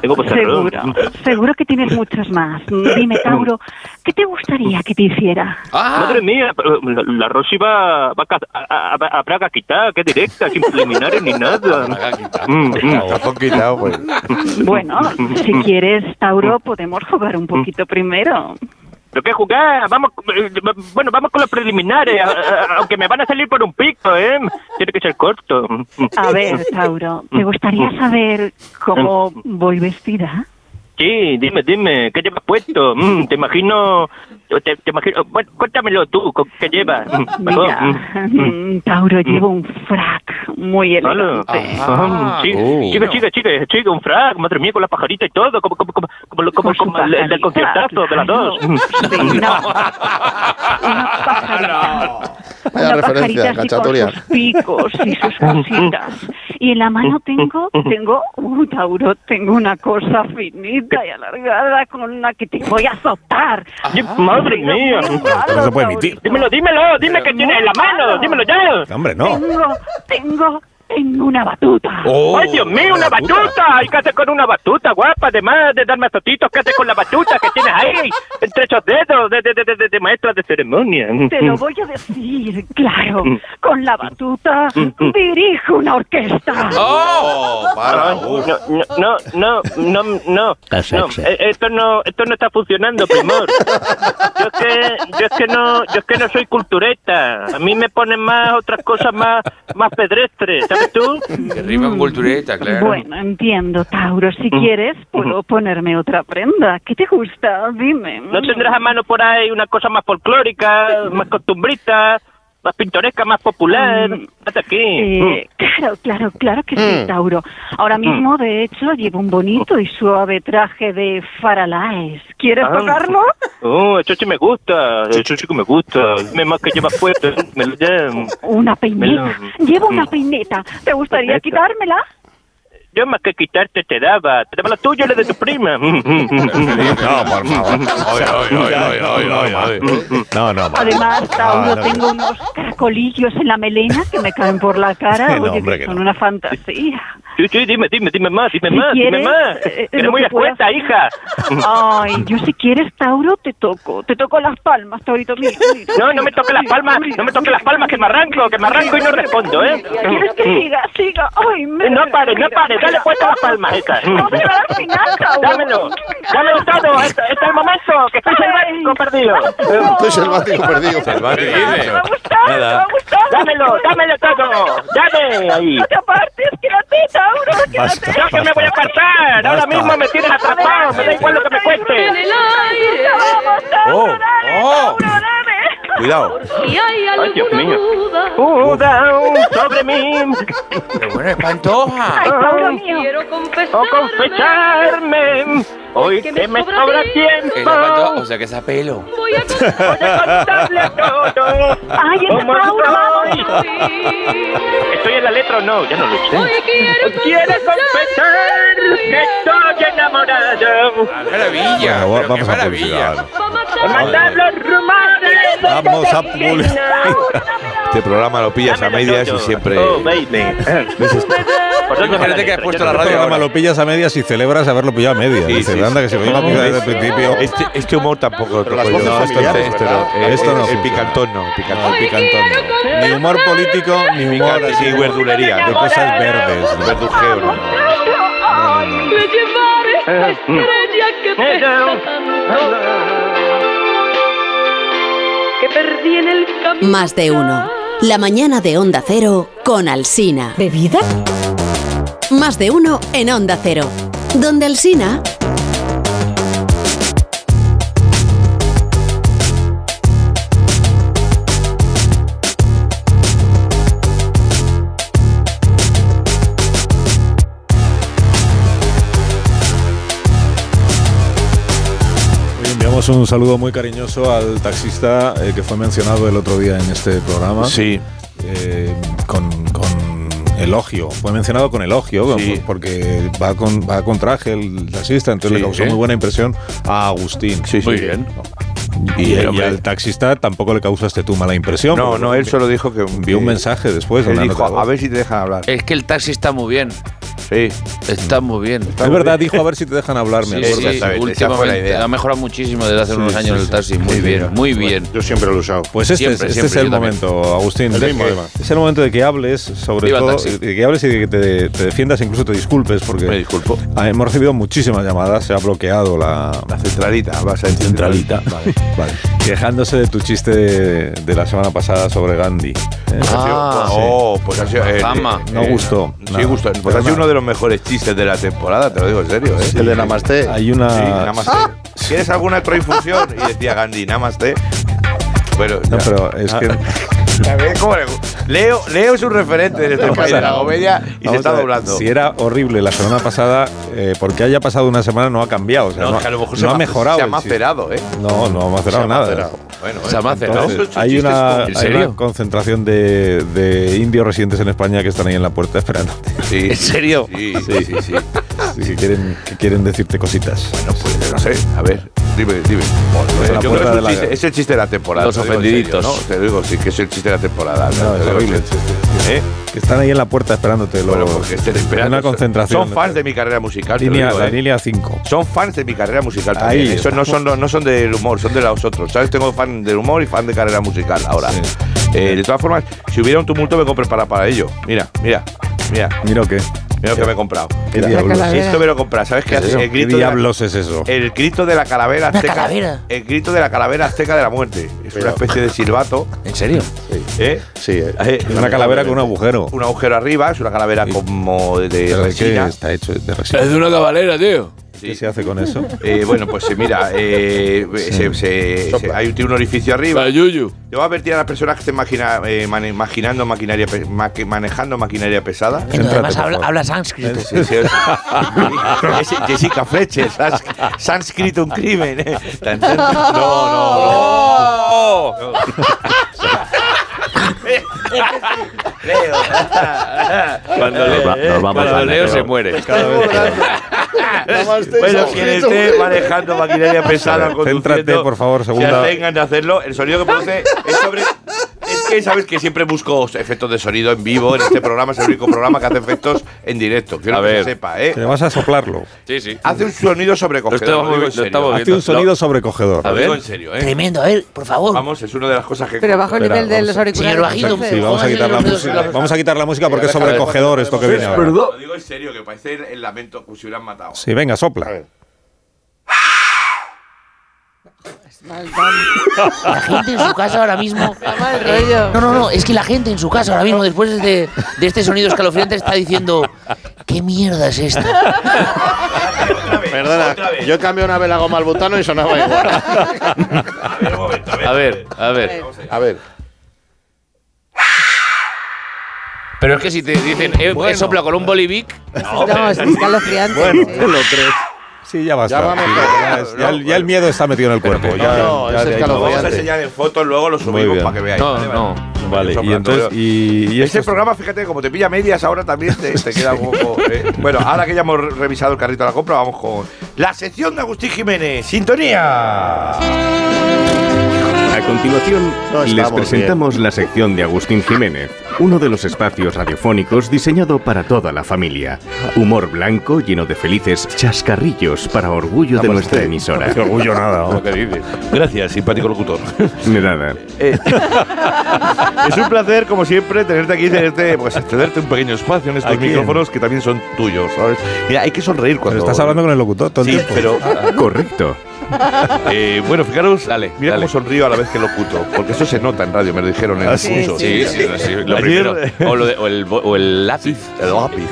Speaker 10: Tengo vozarrón.
Speaker 11: Seguro, seguro que tienes muchos más. Dime Tauro, ¿qué te gustaría que te hiciera?
Speaker 10: Madre mía, pero la, la Rosy va, va a, ca- a, a- a Praga quitar, que directa, sin preliminares ni nada. Mm, mm.
Speaker 4: Tampoco quitado, pues.
Speaker 11: Bueno, si quieres Tauro, podemos jugar un poquito primero.
Speaker 10: ¿Pero qué jugar? Vamos, eh, bueno, vamos con los preliminares, a- a- aunque me van a salir por un pico, ¿eh? Tiene que ser corto.
Speaker 11: A ver, Tauro, ¿te gustaría saber cómo voy vestida?
Speaker 10: Sí, dime, dime, ¿qué llevas puesto? Mm, te imagino, te, te imagino, bueno, cuéntamelo tú, ¿con- ¿qué llevas? Mm,
Speaker 11: Mira,
Speaker 10: mm,
Speaker 11: mm, Tauro, llevo un frac muy
Speaker 10: Hola.
Speaker 11: elegante.
Speaker 10: Ah, sí,
Speaker 1: Oh.
Speaker 10: chica, chica, chica, chica, un frac, madre mía, con la pajarita y todo, como, como, como, como, lo- como,
Speaker 11: Con su
Speaker 10: como el,
Speaker 11: pajarita,
Speaker 10: el conciertazo de las dos.
Speaker 11: claro. Sí, no. Una pajarita.
Speaker 5: Vaya
Speaker 11: Una
Speaker 5: referencia,
Speaker 11: pajarita así
Speaker 5: cachaturia.
Speaker 11: con sus picos y sus cositas. Y en la mano tengo, tengo, uh, Tauro, tengo una cosa finita y alargada con una que te voy a azotar.
Speaker 10: Sí, Ah, Madre mía.
Speaker 1: Pero no se puede emitir.
Speaker 10: Dímelo, dímelo, dime que tienes en la mano, dímelo ya.
Speaker 1: Hombre, no.
Speaker 11: Tengo, tengo, tengo una batuta.
Speaker 9: Oh,
Speaker 10: ¡Ay, Dios mío, Oh, una batuta! Hay que hacer con una batuta, guapa, además de darme azotitos, ¿qué haces con la batuta que tienes ahí? Entre esos dedos de, de, de, de, de- de maestra de ceremonia.
Speaker 11: Te lo voy a decir, claro. Con la batuta dirijo una orquesta.
Speaker 10: Ah,
Speaker 9: Oh,
Speaker 10: Ay, no, no, no, no, no, no, no. Eh, esto no, esto no está funcionando, primor. Yo es que, yo es que no, yo es que no soy cultureta. A mí me ponen más otras cosas más, más pedestres, ¿sabes tú?
Speaker 9: Que rima con cultureta, claro.
Speaker 11: Bueno, entiendo, Tauro. Si quieres, puedo ponerme otra prenda. ¿Qué te gusta? Dime.
Speaker 10: ¿No tendrás a mano por ahí una cosa más folclórica, más costumbrista, más pintoresca, más popular?
Speaker 11: Mm.
Speaker 10: Hasta aquí. Mm.
Speaker 11: Eh, claro, claro, claro que sí, Tauro. Ahora mismo, de hecho, llevo un bonito y suave traje de Faralaes. ¿Quieres
Speaker 10: Ah.
Speaker 11: tocarlo?
Speaker 10: Mm. Oh, eso sí me gusta, eso sí que me gusta. Dime más que llevas puesto, ¿eh? me lo llevo.
Speaker 11: Una peineta.
Speaker 10: Melón.
Speaker 11: Llevo una peineta. ¿Te gustaría
Speaker 10: Peineta.
Speaker 11: quitármela?
Speaker 10: Yo más que quitarte te daba, te daba la tuya y la de tu prima. Mm, mm, mm, mm.
Speaker 1: No, por favor. No, no, no.
Speaker 11: Además, Tauro,
Speaker 1: Ah, no,
Speaker 11: tengo unos caracolillos en la melena que me caen por la cara.
Speaker 1: Sí, no,
Speaker 11: Oye,
Speaker 1: hombre,
Speaker 11: que
Speaker 1: que
Speaker 11: son
Speaker 1: no.
Speaker 11: una fantasía.
Speaker 10: Sí, sí, dime, dime, dime más, dime
Speaker 11: Si
Speaker 10: más, dime
Speaker 11: quieres,
Speaker 10: más.
Speaker 11: eh,
Speaker 10: Que
Speaker 11: lo
Speaker 10: no me
Speaker 11: que
Speaker 10: das
Speaker 11: puedas-
Speaker 10: cuenta, hija.
Speaker 11: Ay, yo si quieres, Tauro, te toco. Te toco las palmas, Taurito. Mira, mira,
Speaker 10: No, no me
Speaker 11: mira,
Speaker 10: toques las
Speaker 11: mira,
Speaker 10: palmas,
Speaker 11: mira,
Speaker 10: no me toques
Speaker 11: mira,
Speaker 10: las palmas, que me arranco, que me arranco y no respondo, ¿eh?
Speaker 11: mira, ¿Quieres que siga, siga? Ay, mira,
Speaker 10: No
Speaker 11: mira,
Speaker 10: pares, no
Speaker 11: mira,
Speaker 10: pares, dale
Speaker 11: mira.
Speaker 10: puesta las palmas, hija.
Speaker 11: No se va al final, Tauro.
Speaker 10: Dámelo, dámelo todo, este, este es el momento, que estoy selvático perdido.
Speaker 5: Estoy selvático perdido.
Speaker 4: Selvático.
Speaker 11: Me va a gustar, me va a gustar.
Speaker 10: Dámelo, dámelo todo, dame ahí.
Speaker 11: No te apartes, quédate, Tauro,
Speaker 1: Basta.
Speaker 11: quédate.
Speaker 10: Yo que me voy a apartar, ahora mismo me tienes atrapado, me da igual lo que me cueste.
Speaker 11: Vamos, Tauro, dale,
Speaker 1: Oh,
Speaker 11: Tauro, dale.
Speaker 4: Cuidado.
Speaker 12: Si hay
Speaker 4: Ay, Dios
Speaker 12: alguna
Speaker 4: mío.
Speaker 12: duda.
Speaker 10: Duda sobre mí.
Speaker 9: Pero bueno, espantoja.
Speaker 12: Ay, Pablo mío.
Speaker 10: Quiero
Speaker 12: confesarme.
Speaker 10: confesarme. Hoy que me sobra
Speaker 9: Eh, la espanto-
Speaker 10: tiempo.
Speaker 9: o sea que esa pelo.
Speaker 12: Voy a
Speaker 10: Contarle todo.
Speaker 12: Ay, ese
Speaker 10: ¿Cómo
Speaker 12: Paula,
Speaker 10: estoy? ¿Estoy en la letra o no? Ya no lo sé.
Speaker 12: Hoy quiero
Speaker 10: Quiero confesar que estoy enamorado.
Speaker 9: Maravilla.
Speaker 1: Bueno, va- vamos a publicidad.
Speaker 10: Mandar los rumores. de
Speaker 12: este
Speaker 4: Vamos a
Speaker 10: que te
Speaker 4: publicidad.
Speaker 10: quiero.
Speaker 4: Este programa lo pillas a medias y siempre.
Speaker 10: Oh, baby.
Speaker 9: Imagínate que has puesto la
Speaker 1: Este
Speaker 9: radio
Speaker 1: programa
Speaker 9: ahora.
Speaker 1: lo pillas a medias y celebras haberlo pillado a medias.
Speaker 4: Sí,
Speaker 1: Dices,
Speaker 4: sí, sí.
Speaker 1: anda, que se lo digo a medias desde el principio.
Speaker 4: Este, este humor tampoco.
Speaker 5: Pero las
Speaker 4: toco
Speaker 5: voces
Speaker 4: yo. No, esto no,
Speaker 5: familiares,
Speaker 4: esto no.
Speaker 5: ¿verdad?
Speaker 4: Eh,
Speaker 1: Esto no
Speaker 4: El
Speaker 1: funciona.
Speaker 4: picantón no. El picantón.
Speaker 1: El picantón. Ni humor político, ni humor
Speaker 4: Picante,
Speaker 1: así,
Speaker 4: ni verdulería.
Speaker 1: de
Speaker 4: ¿no?
Speaker 1: cosas verdes. ¿no?
Speaker 4: Verdujeo, no.
Speaker 12: Ay, me llevaré esta estrella que pesa tanto. Que perdí en el camino.
Speaker 13: Más de uno. La mañana de Onda Cero con Alsina. ¿Bebida? Más de uno en Onda Cero. Donde Alsina.
Speaker 1: Hoy enviamos un saludo muy cariñoso al taxista eh, que fue mencionado el otro día en este programa.
Speaker 4: Sí.
Speaker 1: Eh, con, con elogio. Fue mencionado con elogio con- porque va con, va con traje el taxista, entonces le causó
Speaker 4: ¿eh?
Speaker 1: muy buena impresión a Agustín.
Speaker 4: Muy bien.
Speaker 1: Y,
Speaker 4: Y el
Speaker 1: y
Speaker 4: hombre-
Speaker 1: al taxista tampoco le causaste tú mala impresión.
Speaker 4: No,
Speaker 1: porque
Speaker 4: no, él solo dijo que.
Speaker 1: Vi un mensaje después.
Speaker 4: Él
Speaker 1: Pues una nota Eh.
Speaker 4: dijo,
Speaker 1: de voz.
Speaker 4: a ver si te dejan hablar.
Speaker 9: Es que el taxi está muy bien.
Speaker 4: Sí.
Speaker 9: Está muy bien.
Speaker 1: es verdad, dijo a ver si te dejan hablar, me
Speaker 9: Sí,
Speaker 1: acuerdo.
Speaker 9: sí, últimamente ha mejorado muchísimo desde hace
Speaker 1: Sí,
Speaker 9: unos
Speaker 1: sí,
Speaker 9: años
Speaker 1: sí,
Speaker 9: el taxi.
Speaker 1: sí.
Speaker 9: Muy bien, muy bien.
Speaker 5: Yo siempre lo he usado.
Speaker 1: Pues este,
Speaker 9: Siempre,
Speaker 1: es,
Speaker 9: siempre,
Speaker 1: este es el
Speaker 9: yo también.
Speaker 1: momento, Agustín.
Speaker 5: El
Speaker 1: de
Speaker 5: mismo,
Speaker 1: que- este
Speaker 5: además.
Speaker 1: es el momento de que hables, sobre
Speaker 9: Viva el
Speaker 1: todo,
Speaker 9: taxi.
Speaker 1: de que hables y de que te, te defiendas, incluso te disculpes, porque Ah, hemos recibido muchísimas llamadas, se ha bloqueado la,
Speaker 4: centralita, vas a decir
Speaker 1: centralita. Vale, vale. Quejándose de tu chiste de, de la semana pasada sobre Gandhi. ¿eh?
Speaker 9: Ah,
Speaker 1: Sí.
Speaker 4: Oh, pues ha sido. eh,
Speaker 9: Fama.
Speaker 1: No gustó,
Speaker 4: Sí,
Speaker 1: nada.
Speaker 4: gustó. Pues ha sido uno de los mejores chistes de la temporada, te lo digo en serio. ¿eh?
Speaker 5: El de Namaste.
Speaker 1: Hay una. Ah.
Speaker 4: Sí, Namaste. ¿Quieres alguna otra infusión? Y decía Gandhi, Namaste. Bueno,
Speaker 1: No,
Speaker 4: ya.
Speaker 1: pero es que.
Speaker 4: Ya ves cómo le- Leo, Leo es un referente en este
Speaker 1: Vamos
Speaker 4: país
Speaker 1: a
Speaker 4: de
Speaker 1: ver.
Speaker 4: la comedia y se
Speaker 1: Vamos
Speaker 4: está
Speaker 1: a ver,
Speaker 4: doblando.
Speaker 1: Si era horrible la semana pasada, eh, porque haya pasado una semana no ha cambiado. o sea,
Speaker 4: No,
Speaker 1: no,
Speaker 4: que a lo mejor
Speaker 1: no
Speaker 4: se
Speaker 1: ha
Speaker 4: ma-
Speaker 1: mejorado.
Speaker 4: Se ha
Speaker 1: el chiste.
Speaker 4: macerado, ¿eh?
Speaker 1: No, no ha macerado
Speaker 4: Se ha
Speaker 1: nada.
Speaker 4: macerado. Bueno, eh.
Speaker 9: Se ha macerado.
Speaker 1: Entonces, hay una,
Speaker 9: ¿En
Speaker 1: hay
Speaker 9: serio?
Speaker 1: una concentración de, de indios residentes en España que están ahí en la puerta esperando.
Speaker 4: Sí.
Speaker 9: ¿En serio?
Speaker 4: Sí, sí, sí. sí.
Speaker 1: que, quieren, que quieren decirte cositas.
Speaker 4: No, pues, no sé. A ver, dime, dime.
Speaker 1: Pues la
Speaker 4: Yo creo que
Speaker 1: puerta
Speaker 4: es,
Speaker 1: de
Speaker 4: un
Speaker 1: la-
Speaker 4: chiste, es el chiste de la temporada.
Speaker 9: Los
Speaker 4: te digo en
Speaker 9: ofendiditos.
Speaker 4: serio, ¿no? Te digo, sí, que es el chiste de la temporada.
Speaker 1: No, es
Speaker 4: Te digo,
Speaker 1: horrible.
Speaker 4: sí. ¿Eh?
Speaker 1: Que están ahí en la puerta esperándote.
Speaker 4: Bueno,
Speaker 1: los-
Speaker 4: porque estén
Speaker 1: en
Speaker 4: esperando.
Speaker 1: una concentración.
Speaker 4: Son fans de mi carrera musical. te lo
Speaker 1: Línea-
Speaker 4: digo,
Speaker 1: la
Speaker 4: ¿eh?
Speaker 1: línea 5.
Speaker 4: Son fans de mi carrera musical
Speaker 1: Ahí
Speaker 4: también. ¿eh? Eso
Speaker 1: está.
Speaker 4: no son, no son del humor, son de los otros. ¿Sabes? Tengo fan del humor y fan de carrera musical ahora.
Speaker 1: Sí.
Speaker 4: Eh, de todas formas, si hubiera un tumulto me compré para, para ello. Mira, mira, mira.
Speaker 1: Mira que.
Speaker 4: Mira lo que me he comprado.
Speaker 1: ¿Qué
Speaker 4: Mira.
Speaker 1: diablos?
Speaker 4: Si esto me lo compras, ¿sabes qué
Speaker 1: ¿Qué,
Speaker 4: hace? El grito, de la,
Speaker 1: diablos es eso?
Speaker 4: el grito de la calavera
Speaker 9: Una
Speaker 4: azteca.
Speaker 9: calavera.
Speaker 4: El grito de la calavera azteca de la muerte. Es una
Speaker 5: Mira.
Speaker 4: especie de silbato.
Speaker 9: ¿En serio?
Speaker 4: ¿eh?
Speaker 5: Sí, eh.
Speaker 4: Eh,
Speaker 1: Una calavera con un agujero.
Speaker 4: Un agujero arriba, es una calavera como de, de
Speaker 1: Pero es que
Speaker 4: resina.
Speaker 1: está hecho de resina.
Speaker 6: Es de una cabalera, tío.
Speaker 1: ¿Qué se hace con eso?
Speaker 4: Eh, bueno, pues eh, mira, eh, se- se- se- hay un, tiene un orificio arriba.
Speaker 6: Para Yuyu.
Speaker 4: Yo voy a advertir a las personas que estén maquina- eh, mane- maquinando maquinaria pe- maque- manejando maquinaria pesada.
Speaker 1: Pero además habla- habla
Speaker 9: sánscrito.
Speaker 4: Sí, sí, es- Jessica Fletcher, se has- se ha escrito un crimen. eh. Tan, tan, tan. No, no, no. Leo.
Speaker 9: Cuando
Speaker 4: Eh,
Speaker 9: Leo, cuando Leo se muere.
Speaker 5: Namaste.
Speaker 4: Bueno, quien esté manejando maquinaria pesada,
Speaker 1: Vale,
Speaker 4: conduciendo,
Speaker 1: céntrate, por favor,
Speaker 4: Se
Speaker 1: segunda.
Speaker 4: abstengan de hacerlo. El sonido que produce es sobre. Es que sabes que siempre busco efectos de sonido en vivo. En este programa es el único programa que hace efectos en directo. Quiero
Speaker 9: A
Speaker 4: que
Speaker 9: ver.
Speaker 4: se sepa, ¿eh?
Speaker 1: Te vas a soplarlo.
Speaker 9: Sí, sí.
Speaker 4: Hace un sonido
Speaker 9: Lo
Speaker 4: sobrecogedor.
Speaker 9: estamos
Speaker 4: Lo digo en
Speaker 9: moviendo, lo estamos
Speaker 4: serio.
Speaker 9: moviendo.
Speaker 1: Hace un sonido sobrecogedor.
Speaker 4: Lo digo
Speaker 9: ver.
Speaker 4: en serio, ¿eh?
Speaker 14: Tremendo, a ver, por favor.
Speaker 4: Vamos, es una de las cosas que.
Speaker 2: Pero bajo el
Speaker 1: Espera,
Speaker 2: nivel de
Speaker 1: vamos
Speaker 2: los
Speaker 1: a-
Speaker 2: auriculares.
Speaker 14: Señor Bajido,
Speaker 2: entonces.
Speaker 1: Sí, vamos a quitar la música. Vamos a quitar la música porque es sobrecogedor esto que viene ahora.
Speaker 4: Lo digo en serio, que parece el, el lamento que se hubieran matado.
Speaker 1: Sí, venga, sopla.
Speaker 14: La gente en su casa ahora mismo. eh, no, no, no, es que la gente en su casa ahora mismo, después de, de este sonido escalofriante, está diciendo: ¿Qué mierda es esto?
Speaker 5: Perdona, yo cambié una vez la goma al butano y sonaba igual.
Speaker 7: A ver, a ver.
Speaker 5: A ver.
Speaker 3: Pero es que si te dicen, he, he soplado con un bolivic.
Speaker 2: No, es escalofriante.
Speaker 1: Bueno,
Speaker 2: sí.
Speaker 1: te lo crees. Sí, ya basta.
Speaker 4: Ya vamos
Speaker 1: Sí,
Speaker 4: a-
Speaker 1: ya, es- ya el- ya el miedo está metido en el cuerpo. ya, ya de ahí no
Speaker 4: Lo vamos a
Speaker 1: sale.
Speaker 4: enseñar en fotos, luego lo
Speaker 1: Muy
Speaker 4: subimos
Speaker 1: bien.
Speaker 4: para que veáis.
Speaker 1: No, no. Vale, y entonces. Y, y
Speaker 4: Este
Speaker 1: esto-
Speaker 4: programa, fíjate, como te pilla medias ahora también te, te queda un poco. eh. Bueno, ahora que ya hemos re- revisado el carrito de la compra, vamos con la sección de Agustín Jiménez. ¡Sintonía!
Speaker 15: A continuación,
Speaker 4: No
Speaker 15: les
Speaker 4: estamos
Speaker 15: presentamos la sección de Agustín Jiménez, uno de los espacios radiofónicos diseñado para toda la familia. Humor blanco lleno de felices chascarrillos para orgullo de nuestra emisora.
Speaker 4: Qué orgullo nada, ¿no?
Speaker 15: Gracias, simpático locutor. De nada.
Speaker 4: Eh. Es un placer, como siempre, tenerte aquí, tenerte, pues, tenerte un pequeño espacio en estos
Speaker 1: Aquí en-
Speaker 4: micrófonos que también son tuyos, ¿sabes? Mira, hay que sonreír
Speaker 1: Pero
Speaker 4: cuando.
Speaker 1: estás hablando con el locutor todo el
Speaker 4: Sí,
Speaker 1: tiempo. Ah,
Speaker 4: pero.
Speaker 15: Correcto.
Speaker 4: Eh, bueno, fijaros, mira cómo sonrío a la vez que locuto, porque eso se nota en radio, me lo dijeron en
Speaker 9: Ah,
Speaker 4: el
Speaker 9: sí,
Speaker 4: curso.
Speaker 9: sí, sí, sí, lo
Speaker 4: Ayer-
Speaker 9: primero. O, lo de- o el, bo- o el lápiz.
Speaker 4: El lápiz.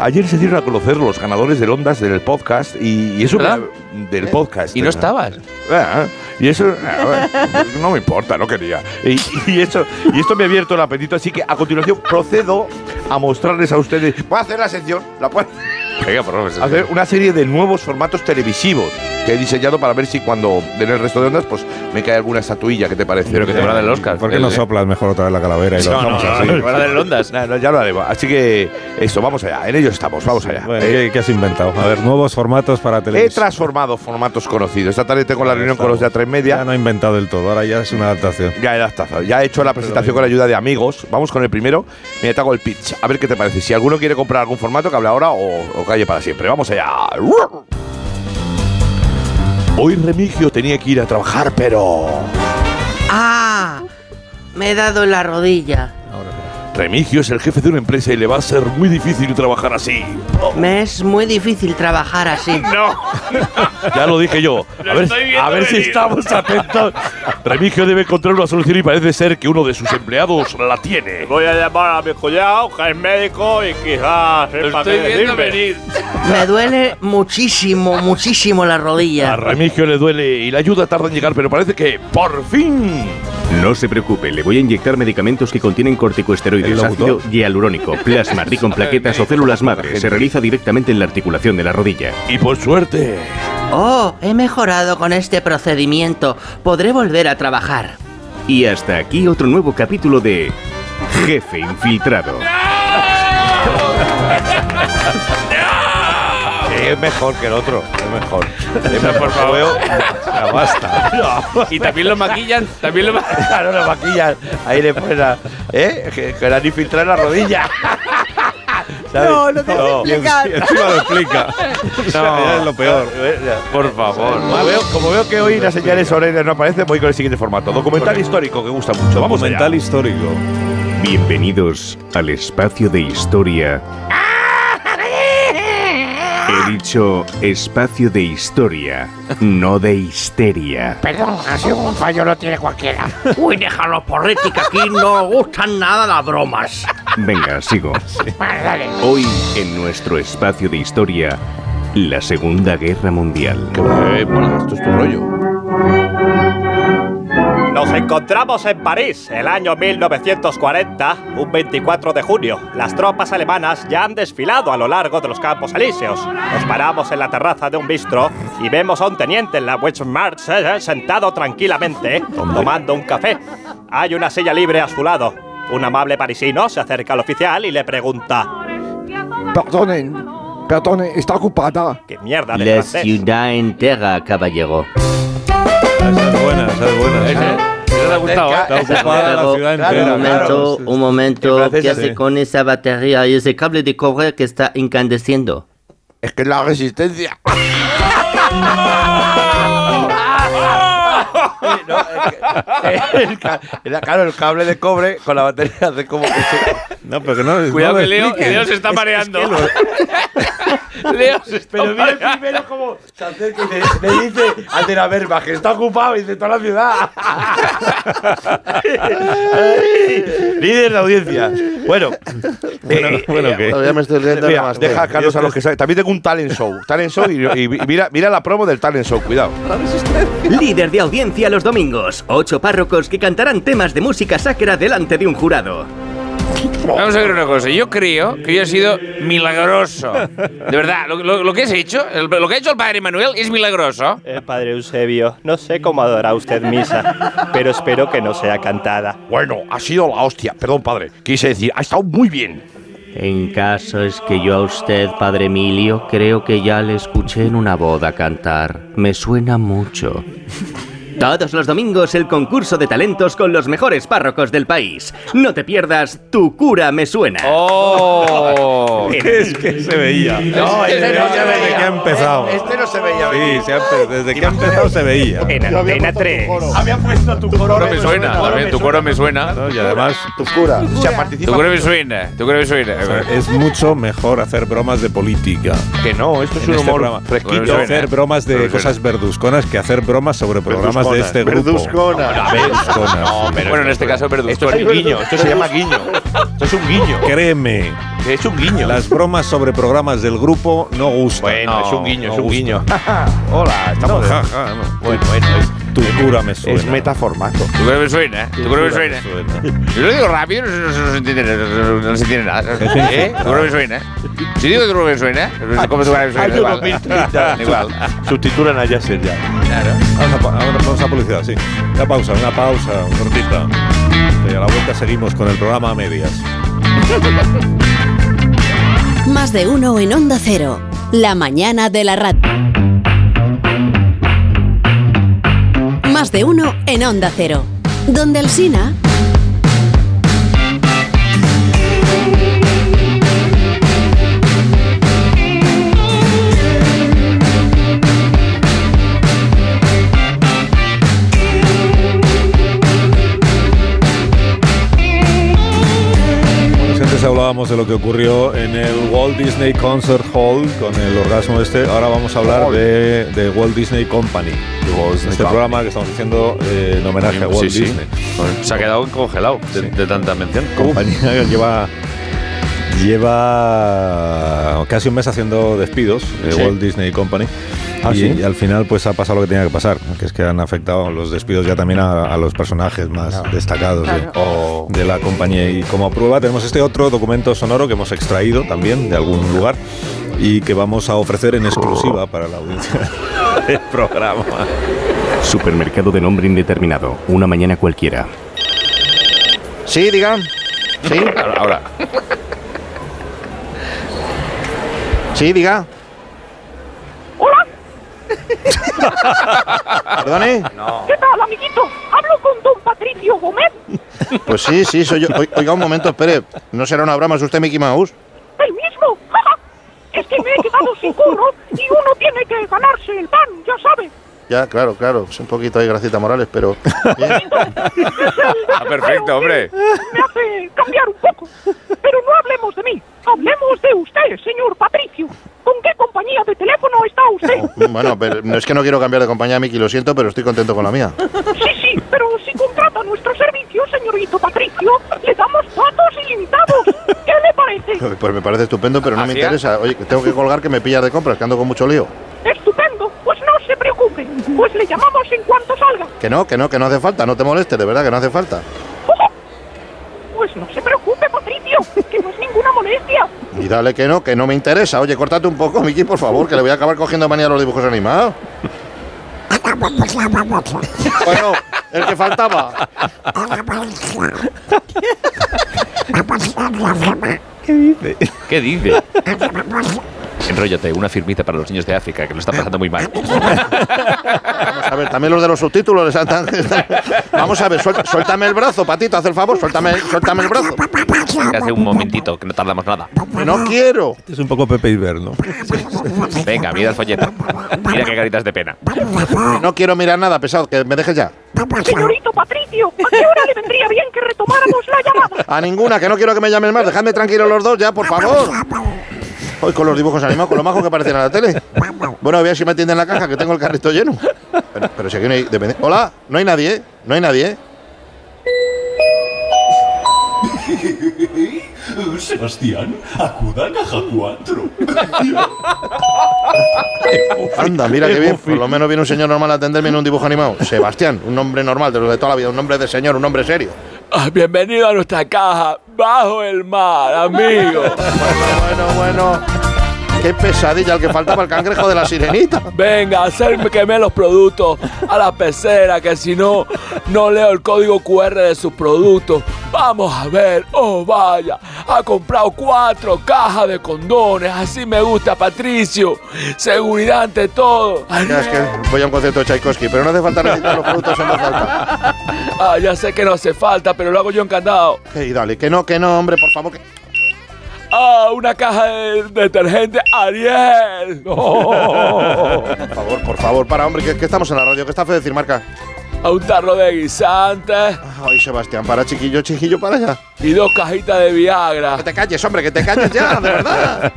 Speaker 4: Ayer se dieron a conocer los ganadores del Ondas del podcast y, y eso me-
Speaker 9: ¿Verdad? ¿Eh?
Speaker 4: del podcast.
Speaker 9: Y no estabas.
Speaker 4: Ah, y eso ah, bueno, no me importa, no quería. Y, y eso y esto me ha abierto el apetito, así que a continuación procedo a mostrarles a ustedes. Voy a hacer la sección, la puedo
Speaker 9: Venga, por favor, sí, sí.
Speaker 4: hacer una serie de nuevos formatos televisivos que he diseñado para ver si cuando den el resto de ondas pues me cae alguna estatuilla, ¿qué te parece?
Speaker 9: Pero que te van a dar el Oscar. Eh,
Speaker 1: ¿Por qué no soplas mejor otra vez la calavera y lo
Speaker 4: Eh, No, no,
Speaker 1: dejamos
Speaker 4: no,
Speaker 1: así?
Speaker 4: no, no, no, no, no, ya lo haremos. Así que eso, vamos allá. En ello estamos, vamos allá. Eh,
Speaker 1: Bueno, ¿qué, qué has inventado? A ver, nuevos formatos para
Speaker 4: He
Speaker 1: televisión.
Speaker 4: transformado formatos conocidos. Esta tarde tengo la reunión con los de A3 Media. Ya
Speaker 1: no he inventado del todo, ahora ya es una adaptación.
Speaker 4: Ya he adaptado. Ya he hecho la presentación con la ayuda de amigos. Vamos con el primero. Mira, te hago el pitch. A ver qué te parece. Si alguno quiere comprar algún formato, que hable ahora o, o calle para siempre. Vamos allá. Hoy Remigio tenía que ir a trabajar, pero...
Speaker 16: ¡Ah! Me he dado en la rodilla.
Speaker 4: Remigio es el jefe de una empresa y le va a ser muy difícil trabajar así.
Speaker 16: Me es muy difícil trabajar así.
Speaker 4: No. Ya lo dije yo. A ver, a ver si estamos atentos. Remigio debe encontrar una solución y parece ser que uno de sus empleados la tiene.
Speaker 17: Voy a llamar a mi cuñado, que es médico, y quizás sepa
Speaker 16: estoy
Speaker 17: qué
Speaker 16: viendo
Speaker 17: decirme.
Speaker 16: Me duele muchísimo, muchísimo la rodilla.
Speaker 4: A Remigio le duele y la ayuda tarda en llegar, pero parece que por fin.
Speaker 15: No se preocupe, le voy a inyectar medicamentos que contienen
Speaker 1: ¿El
Speaker 15: corticosteroides,
Speaker 1: locutor?
Speaker 15: ácido hialurónico, plasma rico en plaquetas o células madre. Se realiza directamente en la articulación de la rodilla.
Speaker 4: Y por suerte.
Speaker 16: Oh, he mejorado con este procedimiento. Podré volver a trabajar.
Speaker 15: Y hasta aquí otro nuevo capítulo de Jefe Infiltrado.
Speaker 4: es mejor que el otro. Es mejor. Es
Speaker 9: por favor.
Speaker 4: basta.
Speaker 9: Y también lo maquillan. También lo maquillan.
Speaker 4: Claro, lo maquillan. Ahí le ponen la. ¿Eh? Que, que la han infiltrado en la rodilla. ¿Sabes?
Speaker 12: No, no te lo explican.
Speaker 4: Y encima lo explica.
Speaker 1: O sea, es lo peor.
Speaker 4: Por favor. Como Ah, veo, como veo que hoy las señales horarias no aparecen, voy con el siguiente formato. Documental histórico, que gusta mucho. Vamos
Speaker 1: Documental
Speaker 4: histórico.
Speaker 15: Bienvenidos al espacio de historia. He dicho espacio de historia, no de histeria.
Speaker 12: Perdón, ha sido un fallo, lo tiene cualquiera.
Speaker 7: Uy, déjalo política, aquí no gustan nada las bromas.
Speaker 15: Venga, sigo.
Speaker 7: Vale, dale.
Speaker 15: Hoy, en nuestro espacio de historia, la Segunda Guerra Mundial.
Speaker 4: eh, esto es tu rollo.
Speaker 17: Nos encontramos en París, el año 1940, un 24 de junio. Las tropas alemanas ya han desfilado a lo largo de los campos elíseos. Nos paramos en la terraza de un bistro y vemos a un teniente en la Wetzmarch eh, eh, sentado tranquilamente, tomando un café. Hay una silla libre a su lado. Un amable parisino se acerca al oficial y le pregunta:
Speaker 18: Perdonen, perdonen, está ocupada.
Speaker 17: ¿Qué mierda de
Speaker 18: La
Speaker 17: francés?".
Speaker 18: ciudad entera, caballero.
Speaker 1: Es buena, esa es buena.
Speaker 9: te ha gustado,
Speaker 4: ¿eh?
Speaker 1: Está ocupada la ciudad
Speaker 18: un
Speaker 1: entera.
Speaker 2: pues,
Speaker 18: momento, un momento.
Speaker 1: francés,
Speaker 18: ¿Qué hace
Speaker 1: sí.
Speaker 18: con esa batería y ese cable de cobre que está incandesciendo?
Speaker 4: Es que la resistencia. El ca- era, claro, el cable de cobre con la batería hace como que se-
Speaker 1: No, pero que no.
Speaker 4: Cuidado
Speaker 1: no lo
Speaker 4: que Leo-
Speaker 1: expliquen.
Speaker 4: Leo se está
Speaker 1: Es- es que
Speaker 4: mareando.
Speaker 1: lo-
Speaker 6: Leo se está
Speaker 12: Pero mira el primero
Speaker 6: como se acerca y le, le dice al de la verba que está ocupado y de toda la ciudad.
Speaker 4: Líder de audiencia. Bueno,
Speaker 5: Bueno, bueno, ¿qué? Todavía me estoy riendo
Speaker 4: Eh, Mira,
Speaker 5: nomás,
Speaker 4: deja a
Speaker 5: tío.
Speaker 4: Carlos a los que saben. También tengo un talent show. Talent show y, y- y mira, mira la promo del talent show, cuidado.
Speaker 7: Líder de audiencia los domingos. Ocho párrocos que cantarán temas de música sacra delante de un jurado.
Speaker 3: Vamos a ver una cosa. Yo creo que yo he sido milagroso. De verdad, lo, lo- lo que has hecho, el- lo que ha hecho el padre Manuel es milagroso.
Speaker 17: Eh, padre Eusebio, no sé cómo adorará usted misa, pero espero que no sea cantada.
Speaker 4: Bueno, ha sido la hostia. Perdón, padre. Quise decir, ha estado muy bien.
Speaker 19: En caso es que yo a usted, padre Emilio, creo que ya le escuché en una boda cantar. Me suena mucho.
Speaker 7: Todos los domingos el concurso de talentos con los mejores párrocos del país. No te pierdas Tu cura me suena.
Speaker 3: ¡Oh!
Speaker 1: es que se veía.
Speaker 7: No,
Speaker 1: Desde
Speaker 7: este no se
Speaker 1: que ha empezado.
Speaker 4: Este no se veía
Speaker 1: Sí, se ha empe- desde que ha empezado se veía.
Speaker 17: En Antena 3.
Speaker 4: Había puesto tu
Speaker 3: Tu coro me suena, también, tu coro me suena.
Speaker 1: Y además,
Speaker 5: tu cura.
Speaker 3: Tu coro me suena, tu coro me suena.
Speaker 1: O sea, es mucho mejor hacer bromas de política.
Speaker 4: Que no, esto es
Speaker 1: En
Speaker 4: un
Speaker 1: este
Speaker 4: humor
Speaker 1: programa.
Speaker 4: fresquito.
Speaker 1: Y hacer bromas de cosas verduzconas que hacer bromas sobre programas de
Speaker 4: Verduzconas.
Speaker 1: este grupo.
Speaker 4: Verduzconas.
Speaker 1: Verduzconas.
Speaker 4: No, pero
Speaker 3: Bueno, en este caso,
Speaker 4: Esto es
Speaker 3: Berlusconi.
Speaker 4: un guiño, esto se llama guiño. Esto es un guiño.
Speaker 1: Créeme.
Speaker 4: Es un guiño.
Speaker 1: Las bromas sobre programas del grupo no gustan.
Speaker 4: Bueno, es un guiño,
Speaker 1: no
Speaker 4: es un
Speaker 1: gustan.
Speaker 4: guiño. Hola, estamos.
Speaker 1: No,
Speaker 4: de-
Speaker 1: ja, ja, no.
Speaker 4: Bueno, eh, bueno, es,
Speaker 1: Tu cura me suena.
Speaker 4: es metaformato.
Speaker 3: Tu coro me suena, tu coro me suena. Yo lo digo rápido, no, se- no se- no se entiende, no se- no se entiende nada. ¿Eh? Tu coro me suena. Si digo tu coro me
Speaker 4: ¿eh?
Speaker 3: suena,
Speaker 4: Ah,
Speaker 3: ¿cómo tu coro me suena?
Speaker 4: Año
Speaker 3: Igual.
Speaker 4: 2030.
Speaker 3: Igual.
Speaker 4: Subtitulan a Yasser ya.
Speaker 1: Vamos a, pa- ahora vamos a publicidad, sí. Una pausa, una pausa, cortita. Y a la vuelta seguimos con el programa a medias.
Speaker 13: Más de uno en Onda Cero. La mañana de la radio. Más de uno en Onda Cero. Donde el Sina.
Speaker 1: Pues antes hablábamos de lo que ocurrió en el Walt Disney Concert Hall con el orgasmo este. Ahora vamos a hablar de, de Walt Disney Company. este
Speaker 3: Company.
Speaker 1: programa que estamos haciendo eh, en homenaje a
Speaker 3: Sí,
Speaker 1: Walt
Speaker 3: sí.
Speaker 1: Disney.
Speaker 3: Se ha quedado congelado de, de tanta mención.
Speaker 1: Compañía que lleva, lleva casi un mes haciendo despidos, eh,
Speaker 3: Sí.
Speaker 1: Walt Disney Company.
Speaker 3: Ah,
Speaker 1: y,
Speaker 3: ¿sí?
Speaker 1: y al final pues ha pasado lo que tenía que pasar, que es que han afectado los despidos ya también a, a los personajes más destacados de-
Speaker 3: Oh.
Speaker 1: de la compañía. Y como prueba tenemos este otro documento sonoro que hemos extraído también de algún lugar y que vamos a ofrecer en exclusiva para la audiencia del programa.
Speaker 15: Supermercado de nombre indeterminado. Una mañana cualquiera.
Speaker 5: Sí, diga. Sí.
Speaker 3: Ahora.
Speaker 5: Sí, diga.
Speaker 12: Hola,
Speaker 5: Perdone.
Speaker 12: ¿qué tal, amiguito? Hablo con don Patricio Gómez.
Speaker 5: Pues sí, sí, soy yo. Oi- Oiga, un momento, espere. ¿No será una broma? ¿Es usted Mickey Mouse?
Speaker 12: El mismo. Es que me he quedado sin curro y uno tiene que ganarse el pan, ya sabe.
Speaker 5: Ya, claro, claro. Es un poquito ahí Gracita Morales, pero... ¿eh?
Speaker 3: Ah, perfecto, hombre.
Speaker 12: Me hace cambiar un poco. Pero no hablemos de mí, hablemos de usted, señor Patricio. ¿Con qué compañía de teléfono está usted?
Speaker 5: Bueno, pero no es que no quiero cambiar de compañía, Mickey, lo siento, pero estoy contento con la mía.
Speaker 12: Sí, sí, pero si contrata nuestro servicio, señorito Patricio, le damos datos ilimitados. ¿Qué le parece?
Speaker 5: Pues me parece estupendo, pero
Speaker 3: ¿Ah,
Speaker 5: no me
Speaker 3: eh?
Speaker 5: interesa. Oye, que tengo que colgar que me pillas de compras, que ando con mucho lío.
Speaker 12: Estupendo, pues no se preocupe, pues le llamamos en cuanto salga.
Speaker 5: Que no, que no, que no hace falta. No te molestes, de verdad, que no hace falta.
Speaker 12: Pues no se preocupe, Patricio, que no es ninguna molestia.
Speaker 5: Y dale que no, que no me interesa. Oye, córtate un poco, Miki, por favor, que le voy a acabar cogiendo manía a los dibujos animados. Bueno, el que faltaba.
Speaker 12: ¿Qué dice?
Speaker 3: ¿Qué dice? Enróllate, una firmita para los niños de África que lo están pasando muy mal.
Speaker 5: Vamos a ver, también los de los subtítulos. les han- están- Vamos a ver, suel- suéltame el brazo, patito, haz el favor, suéltame, suéltame el brazo.
Speaker 3: Que Hace un momentito, que no tardamos nada.
Speaker 5: No quiero.
Speaker 1: Este es un poco Pepe Iberno.
Speaker 3: Venga, mira el folleto. Mira qué caritas de pena.
Speaker 5: No quiero mirar nada, pesado, que me dejes ya.
Speaker 12: Señorito Patricio, ¿a qué hora le vendría bien que retomáramos la llamada?
Speaker 5: A ninguna, que no quiero que me llamen más. Dejadme tranquilo los dos ya, por favor. Hoy con los dibujos animados, con lo majo que aparecen en la tele. Bueno, voy a ver si me atienden la caja, que tengo el carrito lleno. Pero, pero si aquí no hay... depende- Hola, no hay nadie, ¿eh? No hay nadie, ¿eh?
Speaker 20: Sebastián, acuda a caja 4.
Speaker 5: Anda, mira qué bien. Por lo menos viene un señor normal a atenderme en un dibujo animado. Sebastián, un nombre normal de los de toda la vida, un nombre de señor, un nombre serio.
Speaker 6: Ah, Bienvenido a nuestra caja, bajo el mar, amigo.
Speaker 5: Bueno, bueno, bueno. Qué pesadilla el que faltaba el cangrejo de la sirenita.
Speaker 6: Venga, hacerme quemé los productos a la pecera, que si no, no leo el código QR de sus productos. Vamos a ver, oh vaya, ha comprado cuatro cajas de condones, así me gusta, Patricio. Seguridad ante todo.
Speaker 5: Ya es que voy a un concierto de Tchaikovsky, pero no hace falta recitar los productos en voz alta.
Speaker 6: Ah, ya sé que no hace falta, pero lo hago yo encantado.
Speaker 5: Y dale, que no, que no, hombre, por favor. Que...
Speaker 6: Ah, una caja de detergente Ariel. No.
Speaker 5: Por favor, por favor, para, hombre, que, que estamos en la radio, que está fe decir marca.
Speaker 6: A un tarro de guisante.
Speaker 5: Ay, Sebastián, para, chiquillo, chiquillo, para allá.
Speaker 6: Y dos cajitas de Viagra.
Speaker 5: Que te calles, hombre, que te calles ya, de verdad.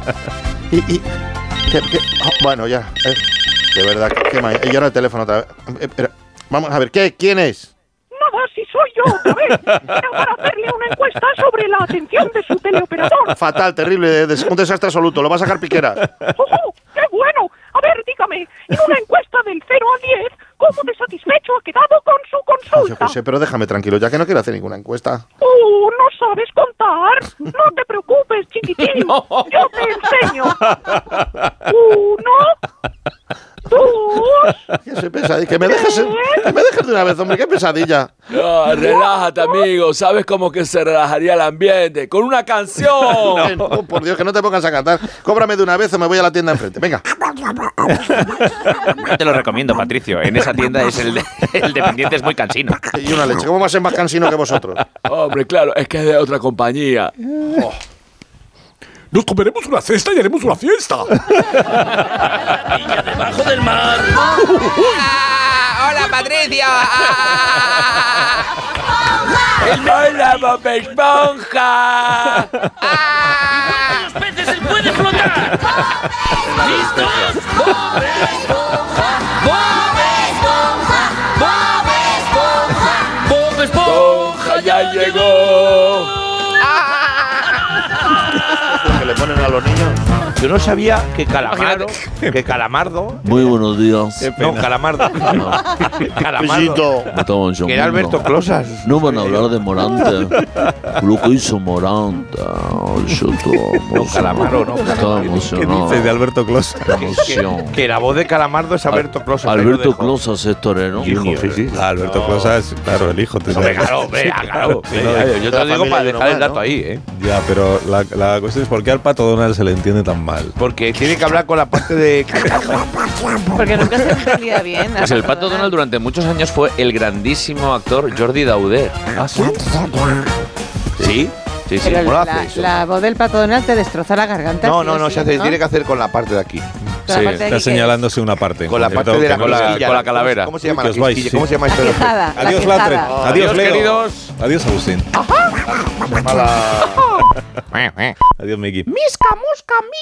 Speaker 5: Y, y- que- que- oh, bueno, ya. eh, de verdad, qué, qué ma- Y ahora el teléfono otra vez. Eh, espera, vamos a ver, ¿qué? ¿Quién es?
Speaker 12: Nada, si soy yo otra vez. Era para hacerle una encuesta sobre la atención de su teleoperador.
Speaker 5: Fatal, terrible, de- de- un desastre absoluto. Lo va a sacar Piquera.
Speaker 12: ¡Ojo! ¡Qué bueno! A ver, dígame, en una encuesta del 0 al 10, ¿cómo de satisfecho ha quedado con su
Speaker 5: Ah, Yo
Speaker 12: consulta?
Speaker 5: qué sé, pero déjame tranquilo, ya que no quiero hacer ninguna encuesta.
Speaker 12: ¡Oh, no sabes contar! No te preocupes, chiquitín. Yo te enseño. Uno, dos,
Speaker 5: Qué se pesadilla. Que me dejes, que me dejes de una vez, hombre, qué pesadilla.
Speaker 6: No, relájate, amigo. ¿Sabes cómo que se relajaría el ambiente? Con una canción.
Speaker 5: No, por Dios, que no te pongas a cantar. Cóbrame de una vez o me voy a la tienda enfrente. Venga.
Speaker 9: Yo te lo recomiendo, Patricio. En esa tienda es el, de- el dependiente es muy cansino.
Speaker 5: Y una leche. ¿Cómo va a ser más cansino que vosotros?
Speaker 6: Hombre, claro, es que es de otra compañía.
Speaker 20: Nos comeremos una cesta y haremos una fiesta.
Speaker 6: Bajo del mar.
Speaker 14: ¡Hola, Patricio!
Speaker 6: ¡Hola, Bob Esponja!
Speaker 14: ¡Los peces se pueden flotar! ¡Listos! ¡Bob Esponja! ¡Bob Esponja! ¡Bob Esponja!
Speaker 6: ¡Bob Esponja ya llegó!
Speaker 5: Que le ponen a los niños.
Speaker 4: Yo no sabía que Calamaro, que Calamardo,
Speaker 21: Muy buenos días.
Speaker 4: no, Calamardo, no, Calamardo,
Speaker 21: Me tomo un
Speaker 4: que era
Speaker 21: segundo.
Speaker 4: Alberto Closas.
Speaker 21: No van a hablar de Morante. Lo que hizo Morante. Yo no,
Speaker 4: Calamaro, no, Calamaro.
Speaker 21: Estaba emocionado.
Speaker 1: dices de Alberto Closas?
Speaker 21: Emoción.
Speaker 4: Que la voz de Calamardo es Alberto Closas. ahí lo
Speaker 21: Alberto
Speaker 4: dejo.
Speaker 21: Closas es torero.
Speaker 4: Hijo, sí, sí.
Speaker 1: Ah, Alberto Closas, claro, el hijo. te
Speaker 4: Hombre,
Speaker 1: sabes.
Speaker 4: claro, hombre, ah, claro.
Speaker 1: Sí, claro.
Speaker 4: Yo te lo digo para dejar el dato ahí, ¿eh?
Speaker 1: Ya, pero la, la cuestión es por qué al pato Donald se le entiende tan mal.
Speaker 4: Porque tiene que hablar con la parte de.
Speaker 2: Porque nunca se entendía bien.
Speaker 9: Pues el Pato Donald durante muchos años fue el grandísimo actor Jordi Dauder. ¿Ah, sí? Sí, sí,
Speaker 2: Pero
Speaker 4: ¿cómo lo
Speaker 2: la,
Speaker 4: hace eso?
Speaker 2: la voz del pato Donald te destroza la garganta.
Speaker 4: No,
Speaker 2: sí
Speaker 4: no,
Speaker 2: o
Speaker 4: no,
Speaker 2: sí,
Speaker 4: se hace, tiene que hacer con la parte de aquí.
Speaker 2: Con la parte de
Speaker 1: Está
Speaker 2: aquí que-
Speaker 1: señalándose una parte.
Speaker 4: Con la
Speaker 1: Cierto,
Speaker 4: parte de la
Speaker 1: que no se-
Speaker 4: cosquilla. ¿Cómo se llama la
Speaker 1: Que os vais,
Speaker 4: cosquilla?
Speaker 1: sí.
Speaker 4: ¿Cómo se llama esto?
Speaker 2: La quijada, la
Speaker 1: Adiós,
Speaker 2: quijada.
Speaker 1: Latre. Adiós,
Speaker 4: Adiós,
Speaker 1: Leo.
Speaker 4: queridos.
Speaker 1: Adiós, Agustín.
Speaker 4: Mala-
Speaker 1: Adiós, Miki.
Speaker 12: misca, mosca, mi